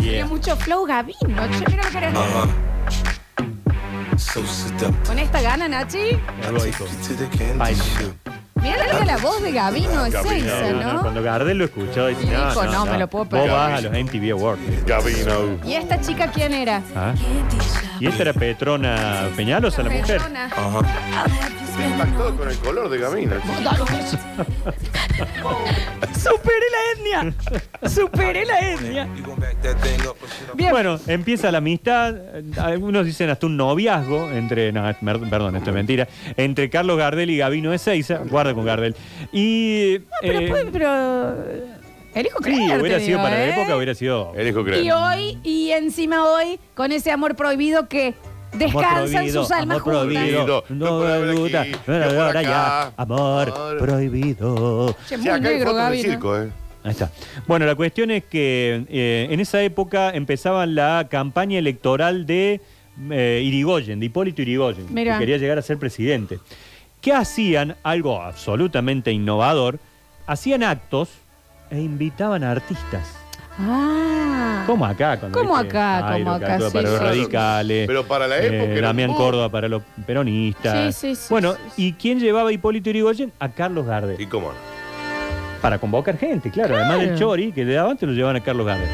S3: Tiene mucho flow Gabino. Che, mira lo que era. Con esta gana, Nachi.
S4: Algo ahí con-
S3: Mira, Mira la- la voz de Gabino es
S2: Gabino,
S3: Seiza,
S4: No, no,
S3: ¿no?
S4: Cuando Gardel lo escuchó, dice,
S3: Y
S4: no,
S3: dijo,
S4: no,
S3: no,
S4: no.
S3: me lo puedo
S4: Vos
S3: perder.
S4: vas a los MTV Awards.
S2: Gabino.
S3: ¿Y esta chica quién era?
S4: Ah. Y esta era Petrona Peñalosa, la mujer.
S3: Persona.
S2: Se impactó con el color de Gabino.
S3: Superé la etnia. Superé la etnia. Bien.
S4: Bueno, empieza la amistad, eh, algunos dicen hasta un noviazgo entre, no, mer- perdón, esto es mentira, entre Carlos Gardel y Gabino Ezeiza, guarda con Gardel. Y
S3: Pero,
S4: eh,
S3: pues, pero elijo
S4: sí,
S3: creer.
S4: hubiera
S3: te
S4: sido
S3: digo,
S4: para
S3: ¿eh?
S4: la época, hubiera sido
S2: El hijo
S3: Y
S2: cree.
S3: hoy, y encima hoy, con ese amor prohibido que
S4: Amor
S3: descansan
S4: prohibido,
S3: sus almas
S4: amor
S3: juntas.
S4: prohibido,
S2: juntas.
S4: no
S2: No
S4: me
S2: por
S4: gusta,
S2: aquí,
S4: no,
S2: no
S4: no,
S2: por
S4: ahora ya,
S2: acá.
S4: amor
S2: Amor.
S4: prohibido.
S2: Sí,
S3: Che, muy
S2: acá hay
S3: negro,
S2: fotos de
S3: Gaby. ¿no?
S2: circo, ¿eh?
S4: Ahí está. Bueno, la cuestión es que eh, en esa época empezaba la campaña electoral de eh, Irigoyen, de Hipólito Irigoyen,
S3: Mirá.
S4: que quería llegar a ser presidente. ¿Qué hacían? Algo absolutamente innovador. Hacían actos e invitaban a artistas.
S3: Ah.
S4: Como acá. cuando
S3: Como
S4: viste
S3: acá,
S4: Jairo,
S3: como
S4: que
S3: acá,
S4: actúa
S3: sí,
S4: para los
S3: sí.
S4: radicales. eh,
S2: Pero para la época era un
S4: Damián
S2: boom.
S4: Córdoba para los peronistas.
S3: Sí, sí, sí,
S4: bueno,
S3: sí,
S4: ¿y quién llevaba a Hipólito Irigoyen? A Carlos Gardel.
S2: ¿Y cómo no?
S4: Para convocar gente, claro. Además del Chori, que le daban, te lo llevaban a Carlos Gardel.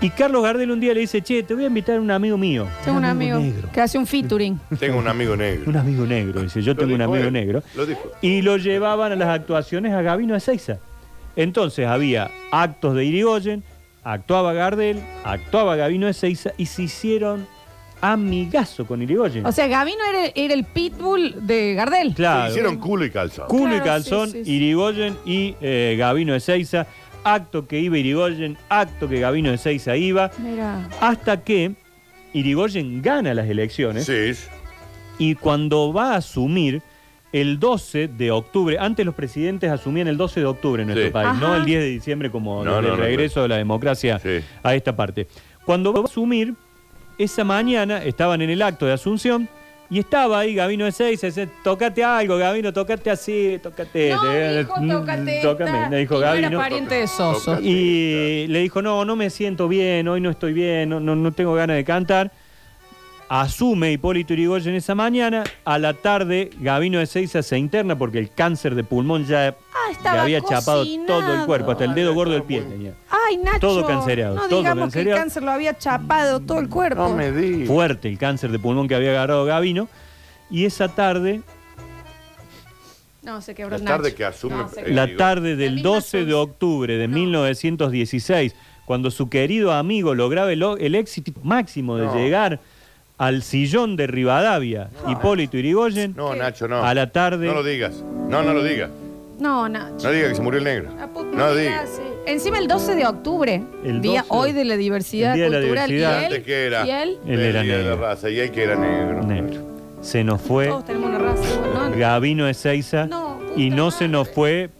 S4: Y Carlos Gardel un día le dice, che, te voy a invitar a un amigo mío.
S3: Tengo un amigo
S4: negro.
S3: que hace un featuring.
S2: Tengo un amigo negro.
S4: Un amigo negro. Dice, yo
S2: Lo
S4: tengo un
S2: dijo
S4: amigo
S2: él,
S4: negro.
S2: Lo dijo.
S4: Y lo llevaban a las actuaciones a Gabino Ezeiza. Entonces había actos de Irigoyen, actuaba Gardel, actuaba Gabino Ezeiza y se hicieron amigazo con Irigoyen.
S3: O sea, Gabino era, era el pitbull de Gardel.
S4: claro.
S2: Hicieron culo y calzado.
S4: Culo y
S3: Claro,
S4: calzón,
S3: sí, sí, sí.
S4: Irigoyen y eh, Gabino Ezeiza. Acto que iba Irigoyen, acto que Gabino Ezeiza iba.
S3: Mira.
S4: Hasta que Irigoyen gana las elecciones
S2: Sí.
S4: y cuando va a asumir el 12 de octubre, antes los presidentes asumían el 12 de octubre en nuestro
S2: Sí.
S4: país,
S3: Ajá.
S4: no el 10 de diciembre como
S2: No,
S4: desde
S2: no,
S4: el
S2: no,
S4: regreso de la democracia
S2: Sí.
S4: a esta parte. Cuando va a asumir, esa mañana estaban en el acto de asunción y estaba ahí Gabino de Seis, dice, tocate algo, Gabino, tocate así, tocate.
S3: No,
S4: eh,
S3: dijo,
S4: mm,
S3: tócate.
S4: tócame",
S3: esta.
S4: le dijo
S3: Y no
S4: Gabino.
S3: era pariente de Soso.
S2: Tócate.
S4: Y le dijo, no, no me siento bien, hoy no estoy bien, no, no, no tengo ganas de cantar. Asume Hipólito Yrigoyen esa mañana, a la tarde Gabino de Seiza se interna porque el cáncer de pulmón ya
S3: Ah,
S4: le
S3: estaba
S4: había chapado todo el cuerpo, hasta el dedo
S2: Ah,
S4: gordo del
S2: estaba
S4: pie
S2: muy-
S4: tenía.
S3: Ay, Nacho.
S4: Todo cancereado,
S3: No
S4: todo
S3: digamos que
S4: cancereado.
S3: el cáncer lo había chapado todo el cuerpo.
S2: No me di.
S4: Fuerte el cáncer de pulmón que había agarrado Gabino. Y esa tarde,
S3: No, se quebró
S2: La
S3: el
S2: tarde
S3: Nacho.
S2: que asume.
S3: No, se-
S2: eh,
S4: la
S2: digo,
S4: tarde
S3: La
S4: del
S3: misma
S4: 12 de
S3: asuncia.
S4: octubre de
S3: No.
S4: 1916, cuando su querido amigo lograba el, o- el éxito máximo de
S2: No.
S4: llegar al sillón de Rivadavia, Hipólito Irigoyen,
S2: No, Nacho, no.
S4: a la tarde
S2: No lo digas. No, no lo digas.
S3: No, Nacho.
S2: No digas que se murió el negro.
S3: La puta
S2: No
S3: madre,
S2: digas.
S3: sí. Encima el 12 de octubre,
S4: El
S3: día
S4: 12 de-
S3: hoy de la diversidad
S4: el día de la
S3: cultural.
S4: diversidad.
S3: ¿Y él?
S2: Antes que era.
S3: ¿Y él?
S4: Él
S2: El
S4: era
S2: día de la
S4: negro.
S2: raza. Y él que era negro.
S4: negro. Se nos fue
S3: Todos tenemos una raza. ¿no?
S4: Gabino Ezeiza
S3: No, puta
S4: y no se nos
S3: madre.
S4: fue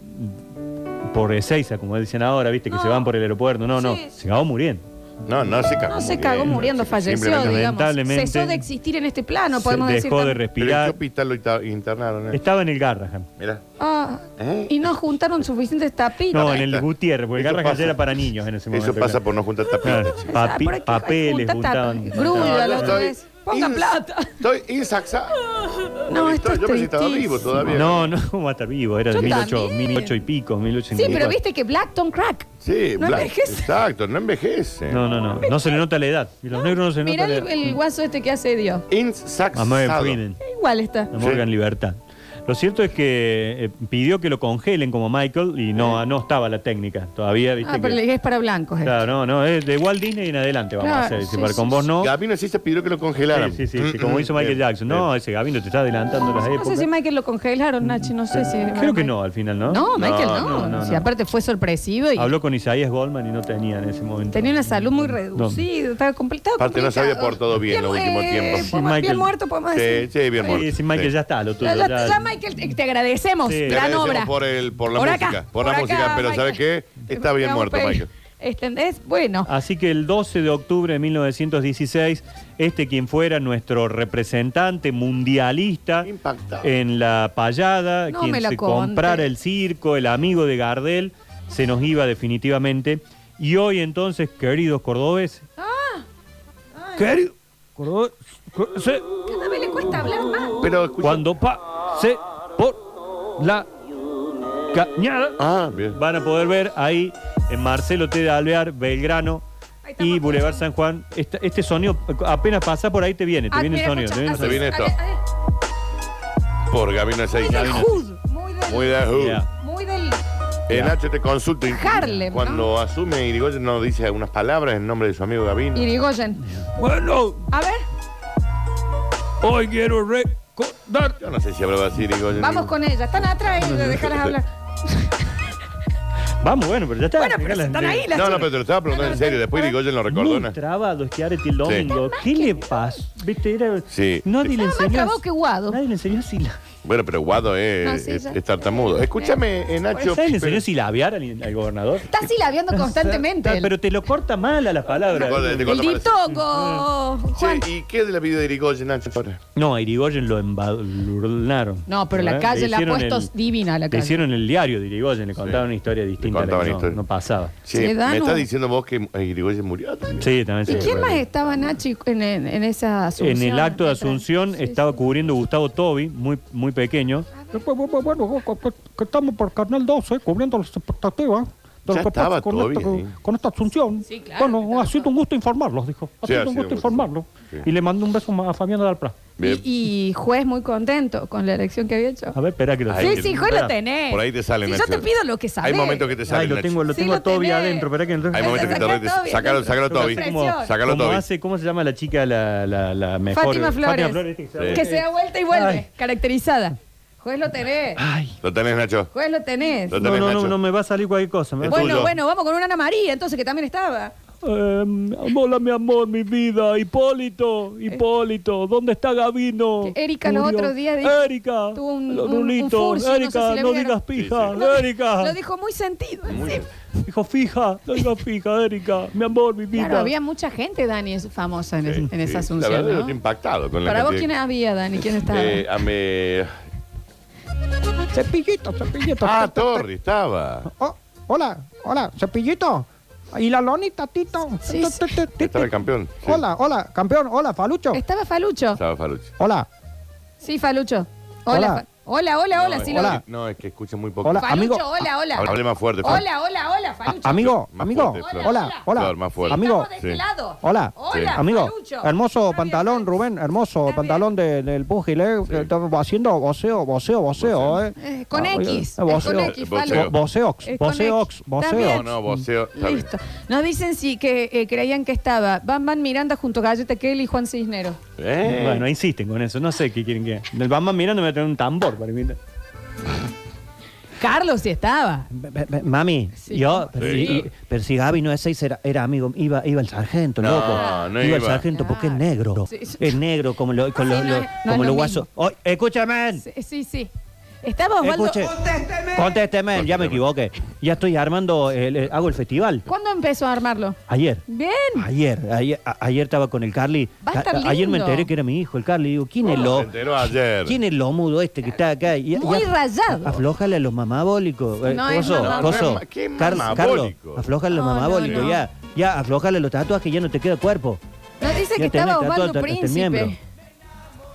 S4: por Ezeiza, como dicen ahora, viste, que
S3: No.
S4: se van por el aeropuerto. No, no,
S3: Sí, sí.
S4: se acabó muriendo.
S2: No, no se cagó.
S3: No se cagó muriendo, falleció,
S2: Simplemente-
S3: digamos.
S4: lamentablemente,
S3: Cesó de existir en este plano,
S4: Se
S3: podemos decir.
S4: dejó de
S3: también.
S2: Pero ¿en qué
S4: respirar.
S2: hospital lo inter- internaron? eh?
S4: Estaba en el Garrahan.
S2: Mirá.
S3: Ah,
S2: ¿Eh?
S3: y no juntaron suficientes tapitas.
S4: No, en el Gutiérrez, porque el
S2: Eso
S4: Garrahan
S2: pasa.
S4: ya era para niños en ese momento.
S2: Eso pasa
S4: claro.
S2: por no juntar tapitas.
S4: Claro,
S2: chicos.
S4: papi-
S3: ¿Por qué
S4: papeles
S3: juntas tapas?
S4: juntaban.
S3: Grulla,
S2: No,
S3: la
S2: yo
S3: otra
S2: estoy
S3: vez. Pongan
S2: ins-
S3: plata.
S2: Estoy insaxado.
S3: No,
S2: Estoy-
S3: esto es
S2: Yo pensé que estaba
S3: tristísimo.
S2: vivo todavía.
S4: No, no, ¿cómo va a estar vivo? Era de
S3: Yo
S4: 18,
S3: también.
S4: 18 y pico, 1854.
S3: Sí, pero viste que Blackton Crack.
S2: Sí,
S3: No
S2: bla-
S3: envejece.
S2: Exacto, no envejece.
S4: No, no, no. No se le nota la edad. Y los negros no se
S3: Mirá
S4: nota la
S3: el,
S4: edad.
S3: el guaso este que hace Dios.
S4: A Morgan
S2: Insaxado.
S4: Freeman,
S3: Igual está.
S4: a Morgan Libertad. Lo cierto es que eh, pidió que lo congelen como Michael y no, no estaba la técnica todavía, viste.
S3: Ah, pero
S4: que-
S3: es para blancos. eh.
S4: Claro, no, no, es de Walt Disney en adelante vamos
S3: Claro,
S4: a hacer.
S3: sí,
S4: si para
S3: sí,
S4: con vos no.
S2: Gabino sí se pidió que lo congelaran.
S4: Sí, sí, sí, sí,
S2: Mm,
S4: como
S2: mm,
S4: hizo Michael
S2: bien,
S4: Jackson.
S2: bien.
S4: No, ese Gabino te está adelantando las
S3: No sé si
S4: épocas.
S3: Michael lo congelaron, Nachi, no sé si.
S4: Creo que no, al final, ¿no?
S3: No, Michael no. Si aparte fue sorpresivo y
S4: Habló con Isaías Goldman y no tenía en ese momento.
S3: tenía una salud muy reducida, estaba complicado.
S2: Aparte, no se había
S3: complicado.
S2: portado bien los últimos tiempos.
S3: eh,
S4: Sí,
S3: bien
S4: Michael.
S3: muerto, podemos
S2: Sí,
S3: decir.
S2: sí, bien muerto.
S4: Sí, sí, Michael ya está, lo tuyo.
S3: Ya, ya-
S4: ya-
S3: ya, Michael, te, te agradecemos.
S4: Sí. Te
S2: Te
S3: gran
S2: agradecemos
S3: obra.
S2: por, el, por la
S3: Por acá,
S2: música. por, la
S3: acá,
S2: música, pero ¿sabes qué?
S3: Michael.
S2: Está bien
S3: Te
S2: muerto,
S3: pegamos,
S2: Michael.
S3: ¿Entendés? Bueno.
S4: Así que el 12 de octubre de 1916, este quien fuera nuestro representante mundialista
S2: Impactado.
S4: en la payada,
S3: No me
S4: quien
S3: la
S4: se
S3: contes.
S4: comprara el circo, el amigo de Gardel, se nos iba definitivamente. Y hoy entonces, queridos cordobeses,
S3: Ah.
S4: queridos cordobeses, se-
S3: Cada vez le cuesta hablar más.
S2: Pero escucha,
S4: cuando pase por la Cañada.
S2: Ah, bien.
S4: Van a poder ver ahí en Marcelo T. de Alvear, Belgrano
S3: Ahí estamos.
S4: y Boulevard San Juan. Esta- este sonido, apenas pasa por ahí, te viene, te
S3: Ah,
S4: viene el
S3: mira,
S4: sonido.
S3: escucha,
S4: te viene el
S3: así,
S2: Te viene esto.
S3: a ver, a ver.
S2: Por Gabino
S3: Muy
S2: 6.
S3: del Hood, muy
S2: Muy
S3: del...
S2: de
S4: sonido.
S2: Who.
S4: Ya.
S3: Muy del...
S2: El Nacho te consulta. y
S3: Harlem,
S2: Cuando
S3: ¿no?
S2: asume Irigoyen no dice algunas palabras en nombre de su amigo Gabino.
S3: Irigoyen.
S1: Bueno,
S3: A ver,
S1: hoy quiero recordar.
S2: Yo no sé si hablaba así Irigoyen.
S3: vamos con ella. Están atrás eh, y dejarlas hablar.
S4: Vamos, bueno, pero ya está.
S3: Bueno, pero
S4: Déjala-
S3: si están ahí las
S2: No, no,
S3: chicas.
S2: pero te lo estaba preguntando en serio. Después Irigoyen lo
S4: Muy
S2: recordó.
S4: trabado Schiaretti el domingo. ¿Qué le pasa? ¿Viste? Era...
S2: Sí.
S4: Nadie le
S3: Estaba más
S4: enseñó.
S3: trabado que Guado.
S4: Nadie le enseñó si la...
S2: Bueno, pero Guado es,
S3: No, sí,
S2: es-
S3: ya.
S2: es tartamudo. Escúchame, eh, Nacho.
S4: Nadie le enseñó
S2: pero-
S4: silabiar al, al gobernador.
S3: Está silabeando constantemente.
S4: Está-
S3: él.
S4: Pero te lo corta mal a las palabras.
S2: Recuerda, te
S3: El
S2: corta mal.
S3: diptongo, Juan.
S2: Che, ¿Y qué es de la vida de Irigoyen, Nacho? ahora?
S4: No, a Irigoyen lo embadurnaron.
S3: No, pero la
S4: ¿Eh?
S3: calle
S4: Le
S3: la ha
S4: hicieron
S3: puesto
S4: el-
S3: divina la
S4: Le
S3: calle.
S4: hicieron el diario de Irigoyen, le contaban una historia distinta. a la que
S2: contaban
S4: no,
S2: historia.
S4: no pasaba.
S2: Che,
S3: Se dan
S2: me estás
S3: un-
S2: diciendo vos que eh, Irigoyen murió también.
S4: Sí, también
S3: ¿Y
S4: se
S3: quién
S4: recuerda.
S3: más estaba, Nachi, en, en- en esa asunción?
S4: En el acto de
S3: Atrás.
S4: Asunción
S3: Sí,
S4: estaba
S3: sí.
S4: cubriendo Gustavo Tobi, muy, muy pequeño.
S10: Bueno, que estamos por Carnal 12, cubriendo las expectativas. de
S2: Ya
S10: lo que
S2: estaba
S10: pasa con,
S2: todo
S10: esta,
S2: bien, ¿eh?
S10: con esta asunción.
S3: Sí, claro,
S10: bueno,
S3: estaba
S10: ha sido
S3: todo.
S10: un gusto informarlos, dijo. Ha
S2: Sí,
S10: sido un gusto informarlos.
S2: Sí.
S10: Y le mandé un beso a Fabiana Dalpra.
S2: Bien.
S3: Y, y juez muy contento con la elección que había hecho.
S4: A ver, espera que lo
S2: Ahí
S3: Sí,
S2: te-
S3: sí, juez
S4: espera.
S3: lo tenés.
S2: Por ahí te salen.
S3: Si yo te
S2: Nacho.
S3: pido lo que sabes.
S2: Hay momentos que te salen.
S4: Ay, lo
S2: Nacho.
S4: tengo, lo
S3: Sí,
S4: tengo
S3: lo
S4: a Toby
S3: tenés.
S4: adentro. Espera que
S2: Hay momentos que te
S3: Sacá
S2: retes.
S3: Toby,
S2: Sácalo,
S3: Nacho.
S2: sácalo, Toby.
S3: Toby.
S4: Como-
S2: Sácalo,
S4: como
S2: Toby.
S4: hace- ¿Cómo se llama la chica, la, la, la mejor?
S3: Fátima Flores.
S4: ¿viste?
S2: Sí.
S3: Que se da vuelta y vuelve,
S4: Ay.
S3: caracterizada. Juez lo tenés.
S4: Ay,
S2: Lo tenés, Nacho.
S3: Juez lo tenés.
S2: Lo
S4: no,
S2: tenés,
S4: no,
S2: Nacho.
S4: no, no me va a salir cualquier cosa. me va a
S3: Bueno,
S2: tuyo.
S3: bueno, vamos con una Ana María, entonces, que también estaba.
S10: Eh, hola, mi amor, mi vida. Hipólito, Hipólito, ¿dónde está Gabino?
S3: Que Erika los
S10: Murió.
S3: otros días dijo-
S10: Erika,
S3: tuvo un-
S10: lo-
S3: un- un
S10: Lulito,
S3: furcio, no sé
S10: Erika,
S3: si le
S10: no
S3: vieron.
S10: digas pija,
S2: Sí,
S4: Ah.
S10: Erika.
S3: Lo dijo muy sentido. encima.
S10: Dijo fija, no digas fija, Erika, mi amor, mi vida.
S3: Claro, había mucha gente, Dani, es famosa en,
S2: Sí,
S3: en esa
S2: sí. La
S3: asunción.
S2: verdad, yo
S3: ¿no?
S2: estoy impactado con la
S3: Para vos,
S2: cantidad-
S3: ¿quién había, Dani? ¿Quién estaba?
S2: Eh, a me-
S10: Cepillito, cepillito.
S2: Ah, Torri estaba.
S10: Oh, hola, hola, cepillito. Y la lonita, Tito.
S3: Sí,
S10: Tu,
S3: sí.
S10: tu, tu, tu,
S2: Estaba el
S10: tu.
S2: campeón. Sí.
S10: Hola, hola, campeón, hola, Falucho.
S3: ¿Estaba Falucho?
S2: Estaba Falucho.
S10: Hola,
S3: Sí, Falucho. Hola,
S10: Hola.
S3: Fa- hola, hola, hola,
S2: No,
S3: sí
S2: es-
S3: lo
S10: hola.
S2: No, es que escucha muy poco.
S10: Hola.
S3: Falucho,
S10: Amigo,
S3: hola, hola.
S2: Hable más fuerte. Fal-
S3: Hola, hola, hola, Falucho.
S10: A- amigo,
S2: Más
S10: amigo.
S2: fuerte, Flor.
S10: Hola,
S2: Flor,
S10: hola.
S2: más fuerte.
S10: Amigo,
S3: Estamos de
S2: Sí.
S3: este lado.
S10: hola.
S3: Hola,
S10: Amigo,
S3: Falucho. Está
S10: hermoso
S3: bien,
S10: pantalón,
S3: está
S10: Rubén, hermoso
S3: Está
S10: pantalón de- del pugil, ¿eh? Estamos Haciendo voceo, voceo, voceo, ¿eh?
S3: bien. Eh, con
S10: Ah,
S3: X.
S10: eh,
S3: es
S10: voceo.
S3: con X,
S2: Voceo.
S3: Falucho.
S10: Voceox,
S3: Es con X.
S10: voceox,
S3: Está
S2: No,
S3: bien.
S10: voceox.
S2: no, voceo. está bien.
S3: Listo. Nos dicen sí que eh, creían que estaba Van Van Miranda junto a Galleta Kelly y Juan Cisnero.
S2: Eh.
S4: Bueno, insisten con eso. No sé qué quieren que. El Bamba mirando me va a tener un tambor para imitar.
S3: Carlos sí estaba.
S10: Be- be- be- Mami,
S3: Sí.
S10: yo, pero,
S2: Sí,
S10: si-
S2: claro.
S10: pero si Gaby no es seis, era, era amigo, iba, iba el sargento,
S2: No,
S10: loco.
S2: no
S10: iba el
S2: iba.
S10: sargento porque es
S3: Claro.
S10: negro.
S3: Sí, sí.
S10: Es negro, como lo, con
S3: Sí,
S10: lo-
S3: no
S10: lo-
S3: es- no es
S10: como
S3: lo
S10: los guasos.
S3: mismo.
S10: Oye, escúchame,
S3: Sí, sí, sí. Estaba Osvaldo.
S10: escuche. Contésteme, ya me equivoqué. Ya estoy armando, el- el- hago el festival.
S3: ¿Cuándo empezó a armarlo?
S10: Ayer.
S3: Bien.
S10: Ayer, ayer, a- ayer estaba con el Carly.
S3: Va a estar
S10: A- a- ayer me
S3: lindo.
S10: enteré que era mi hijo, el Carly. Digo, ¿quién es
S2: Se
S10: lo?
S2: enteró ayer.
S10: ¿Quién es lo mudo este que está acá? Y- y-
S3: Muy rayado.
S10: Aflójale a los mamabólicos. Eh,
S3: No es
S10: coso,
S3: mamabólico.
S10: coso.
S2: ¿Qué es
S10: Car- Carlos,
S2: mamabólico?
S10: aflójale a los
S3: No, no,
S10: mamabólicos.
S3: no.
S10: Ya, ya, aflójale los tatuajes que ya no te queda cuerpo.
S3: Nos dice
S10: Ya
S3: que
S10: tenés
S3: estaba
S10: tatuado
S3: Osvaldo
S10: hasta este miembro.
S3: Príncipe.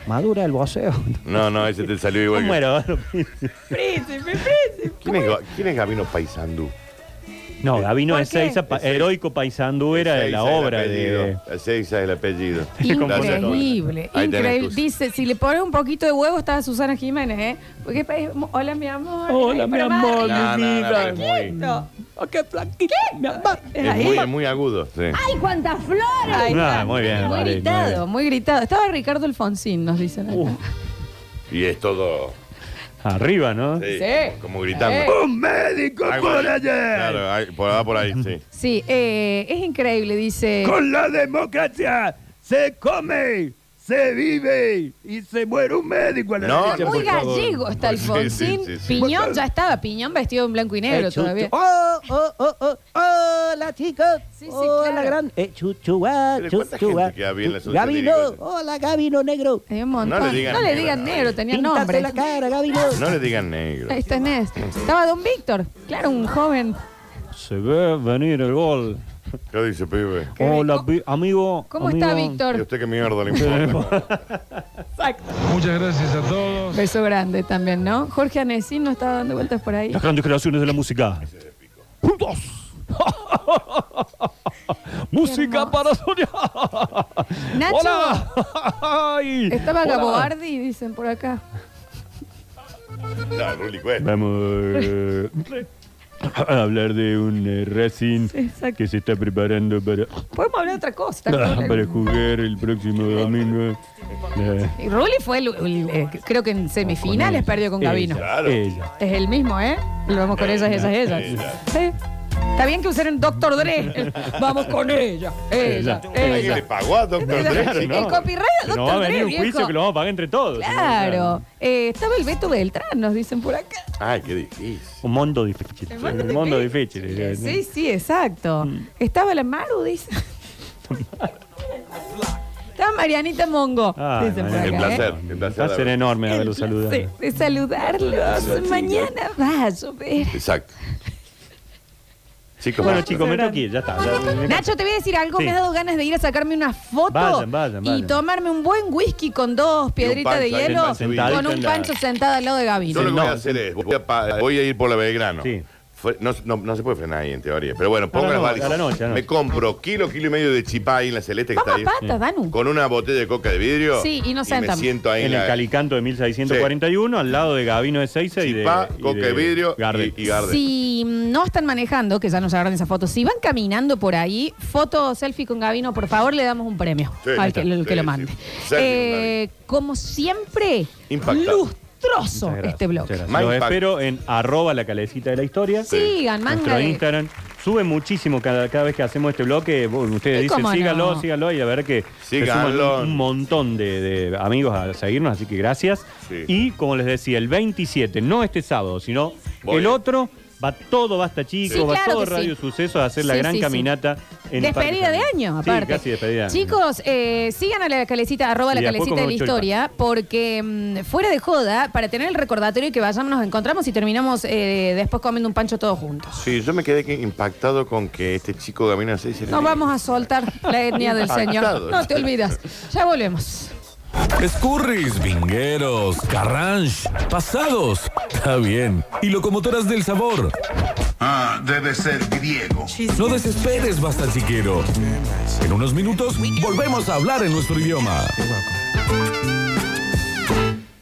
S10: Madura el voceo.
S2: No, no, ese te salió igual.
S4: ¿Cómo
S2: que-
S4: era?
S3: Príncipe, príncipe.
S2: ¿Quién es, Ga- ¿Quién es Gabino Paisandú?
S4: No, Gabino
S3: ¿Por
S4: es
S3: qué?
S4: Ezeiza, pa- heroico paisandú era de Eh, la
S2: Ezeiza es el
S4: obra de.
S2: apellido. Ezeiza es el apellido. Gracias,
S3: Increíble,
S2: Ahí tenés
S3: increíble.
S2: tus-
S3: Dice, si le pones un poquito de huevo estaba Susana Jiménez, ¿eh? Porque es- hola mi amor.
S10: Hola,
S3: Ay,
S10: mi
S3: pero
S10: amor,
S3: Mari,
S2: No, no, no, pero es muy-
S3: esto.
S10: ¡Qué flaquito!
S3: Es
S2: Es muy,
S3: ahí.
S2: es muy agudo. Sí.
S7: ¡Ay, cuántas flores!
S3: Ahí está.
S4: Ah, muy bien,
S3: Muy
S4: Mari, muy
S3: gritado,
S4: bien.
S3: muy gritado. Estaba Ricardo Alfonsín, nos dicen. acá.
S4: Uf,
S2: Y es todo.
S4: Arriba, ¿no?
S2: sí,
S3: Sí.
S2: Como gritando.
S3: Sí.
S2: ¡Un médico por allá! Claro, ahí- por, va por ahí, sí.
S3: Sí, eh, es increíble, dice.
S10: Con la democracia se come, se vive y se muere un médico a
S2: No,
S10: derecha,
S3: Muy
S10: por favor.
S3: gallego está
S2: Sí, sí,
S3: Alfonsín.
S2: sí, sí.
S3: Piñón ya estaba, Piñón vestido en blanco y negro
S10: Eh, chu-
S3: todavía.
S10: chu- Oh, oh, oh, oh, hola chicos.
S3: Sí, sí,
S10: hola
S3: claro.
S10: gran. Eh, chuchua,
S2: Pero ¿cuánta
S10: chuchua.
S2: gente que había en la Asunción de
S10: Gabino,
S2: Irigoyen?
S10: hola Gabino negro.
S3: Hay un montón.
S2: No le digan negro, no.
S3: negro, tenía
S10: Píntate
S3: nombre.
S10: la cara, Gabino.
S2: No le digan negro.
S3: Ahí tenés. Estaba Don Víctor, claro, un joven.
S4: Se ve venir el gol.
S2: ¿Qué dice, pibe?
S3: Qué
S4: Hola,
S3: rico.
S4: vi- amigo.
S3: ¿Cómo está
S4: amigo.
S2: ¿Y
S3: Víctor?
S2: usted qué mierda le importa?
S3: Exacto.
S11: Muchas gracias a todos.
S3: Beso grande también, ¿no? Jorge Anesín no está dando vueltas por ahí.
S4: Las grandes creaciones de la música. ¡Juntos! ¡Música para soñar!
S3: Nacho.
S4: ¡Hola! Ay,
S3: Estaba
S4: hola.
S3: Gaboardi, dicen por acá.
S2: No, Rulli Cuesta.
S4: Vamos eh, a hablar de un eh, Racing
S3: Exacto.
S4: que se está preparando para,
S3: Podemos hablar de otra cosa.
S4: para jugar el próximo domingo. Eh,
S3: Y Rulli fue, el- el- eh, creo que en semifinales perdió con
S4: ella,
S3: Gabino.
S4: ella.
S3: Es el mismo, ¿eh? Lo vamos con ellas, ellas, ellas. Sí. Está bien que usaron Doctor Dre. Vamos con ella, ella,
S2: ¿Quién
S3: ella.
S2: le pagó a Doctor
S3: Claro,
S2: Dre?
S3: El copyright de
S4: Que nos va a
S3: Doctor Dre,
S4: venir un
S3: viejo.
S4: juicio que lo vamos a pagar entre todos.
S3: Claro. Eh, estaba el Beto Beltrán, nos dicen por acá.
S2: Ay, qué difícil.
S4: Un mundo difícil.
S3: El mundo
S4: Un mundo
S3: difícil.
S4: difícil. ¿eh?
S3: Sí, sí, exacto.
S4: Mm.
S3: Estaba la Maru, dice. Estaba Marianita Mongo.
S4: Ah,
S3: dicen por
S4: Marianita.
S2: El
S3: acá, ¿eh?
S2: placer, el
S4: Un
S2: placer.
S4: placer enorme haberlo
S3: El
S4: saludado.
S3: placer de saludarlos. Mañana va a llover.
S2: Exacto. Chicos,
S4: Bueno, chicos, me tengo que ir, ya está. ya-
S3: Nacho, te voy a decir algo.
S4: Sí.
S3: Me has dado ganas de ir a sacarme una foto
S4: Vayan, vayan,
S3: y
S4: vayan.
S3: tomarme un buen whisky con dos piedritas
S2: pancho
S3: de
S2: ahí,
S3: hielo
S2: un pancho
S3: con
S4: ahí.
S3: un pancho sentado al lado de Gabino.
S2: yo lo que
S4: No.
S2: voy a hacer es, voy a, pa- voy a ir por la Belgrano.
S4: Sí.
S2: Fue- no, no- no se puede frenar ahí en teoría, pero bueno, pongo
S4: no,
S2: las
S4: a
S2: valijas.
S4: la noche, a la
S2: Me
S4: noche.
S2: compro kilo, kilo y medio de chipá ahí en la celeste que
S3: Vamos a
S2: está ahí.
S3: patas, Danu.
S2: Con una botella de coca de vidrio.
S3: Sí, y nos
S2: me
S3: sentamos.
S2: siento ahí
S4: En el
S2: la-
S4: Calicanto de 1641, al lado de Gabino de Seiza y de.
S2: Chipá,
S4: y
S2: coca de vidrio
S4: Gardel.
S2: y, y Gardel.
S3: Si mm, no están manejando, que ya nos agarran esa foto, si van caminando por ahí, foto selfie con Gabino, por favor, le damos un premio
S2: Sí,
S3: al que, al que
S2: sí,
S3: lo
S2: sí.
S3: mande.
S2: Selfie con
S3: Eh, como siempre,
S2: Impactante.
S3: lustroso
S4: Muchas gracias,
S3: este blog.
S4: muchas gracias.
S2: Mind
S4: Los
S2: Pack.
S4: espero en arroba la calecita de la historia.
S3: Sigan, manga
S4: Nuestro
S3: de-
S4: Instagram sube muchísimo cada, cada vez que hacemos este bloque. Bueno, Ustedes
S3: ¿Y
S4: dicen,
S3: cómo no?
S4: síganlo, síganlo. Y la verdad que se suman
S2: Síganlo.
S4: un, un montón de, de amigos a seguirnos, así que gracias.
S2: Sí.
S4: Y como les decía, el 27, no este sábado, sino
S2: Voy.
S4: el otro, va todo Basta Chicos,
S3: Sí,
S4: va
S3: claro
S4: todo
S3: que sí.
S4: Radio Suceso a hacer la
S3: Sí,
S4: gran
S3: sí, sí.
S4: caminata. En
S3: despedida de
S4: Parque Jardín.
S3: año,
S4: Sí,
S3: aparte.
S4: casi despedida de año.
S3: Chicos, eh, sigan a la calecita, arroba
S4: Y
S3: la
S4: de a poco
S3: calecita de
S4: me
S3: la
S4: voy choripando.
S3: historia, porque mm, fuera de joda, para tener el recordatorio y que vayamos, nos encontramos y terminamos eh, después comiendo un pancho todos juntos.
S2: Sí, yo me quedé que- impactado con que este chico Gabino de Seiza.
S3: No vamos a soltar la etnia del señor.
S2: Impactado.
S3: No te olvidas. Ya volvemos.
S11: Escurris, vingueros, carranche, pasados. Está bien. Y locomotoras del sabor.
S12: Ah, debe ser griego.
S11: No desesperes, basta chiquero. En unos minutos volvemos a hablar en nuestro idioma.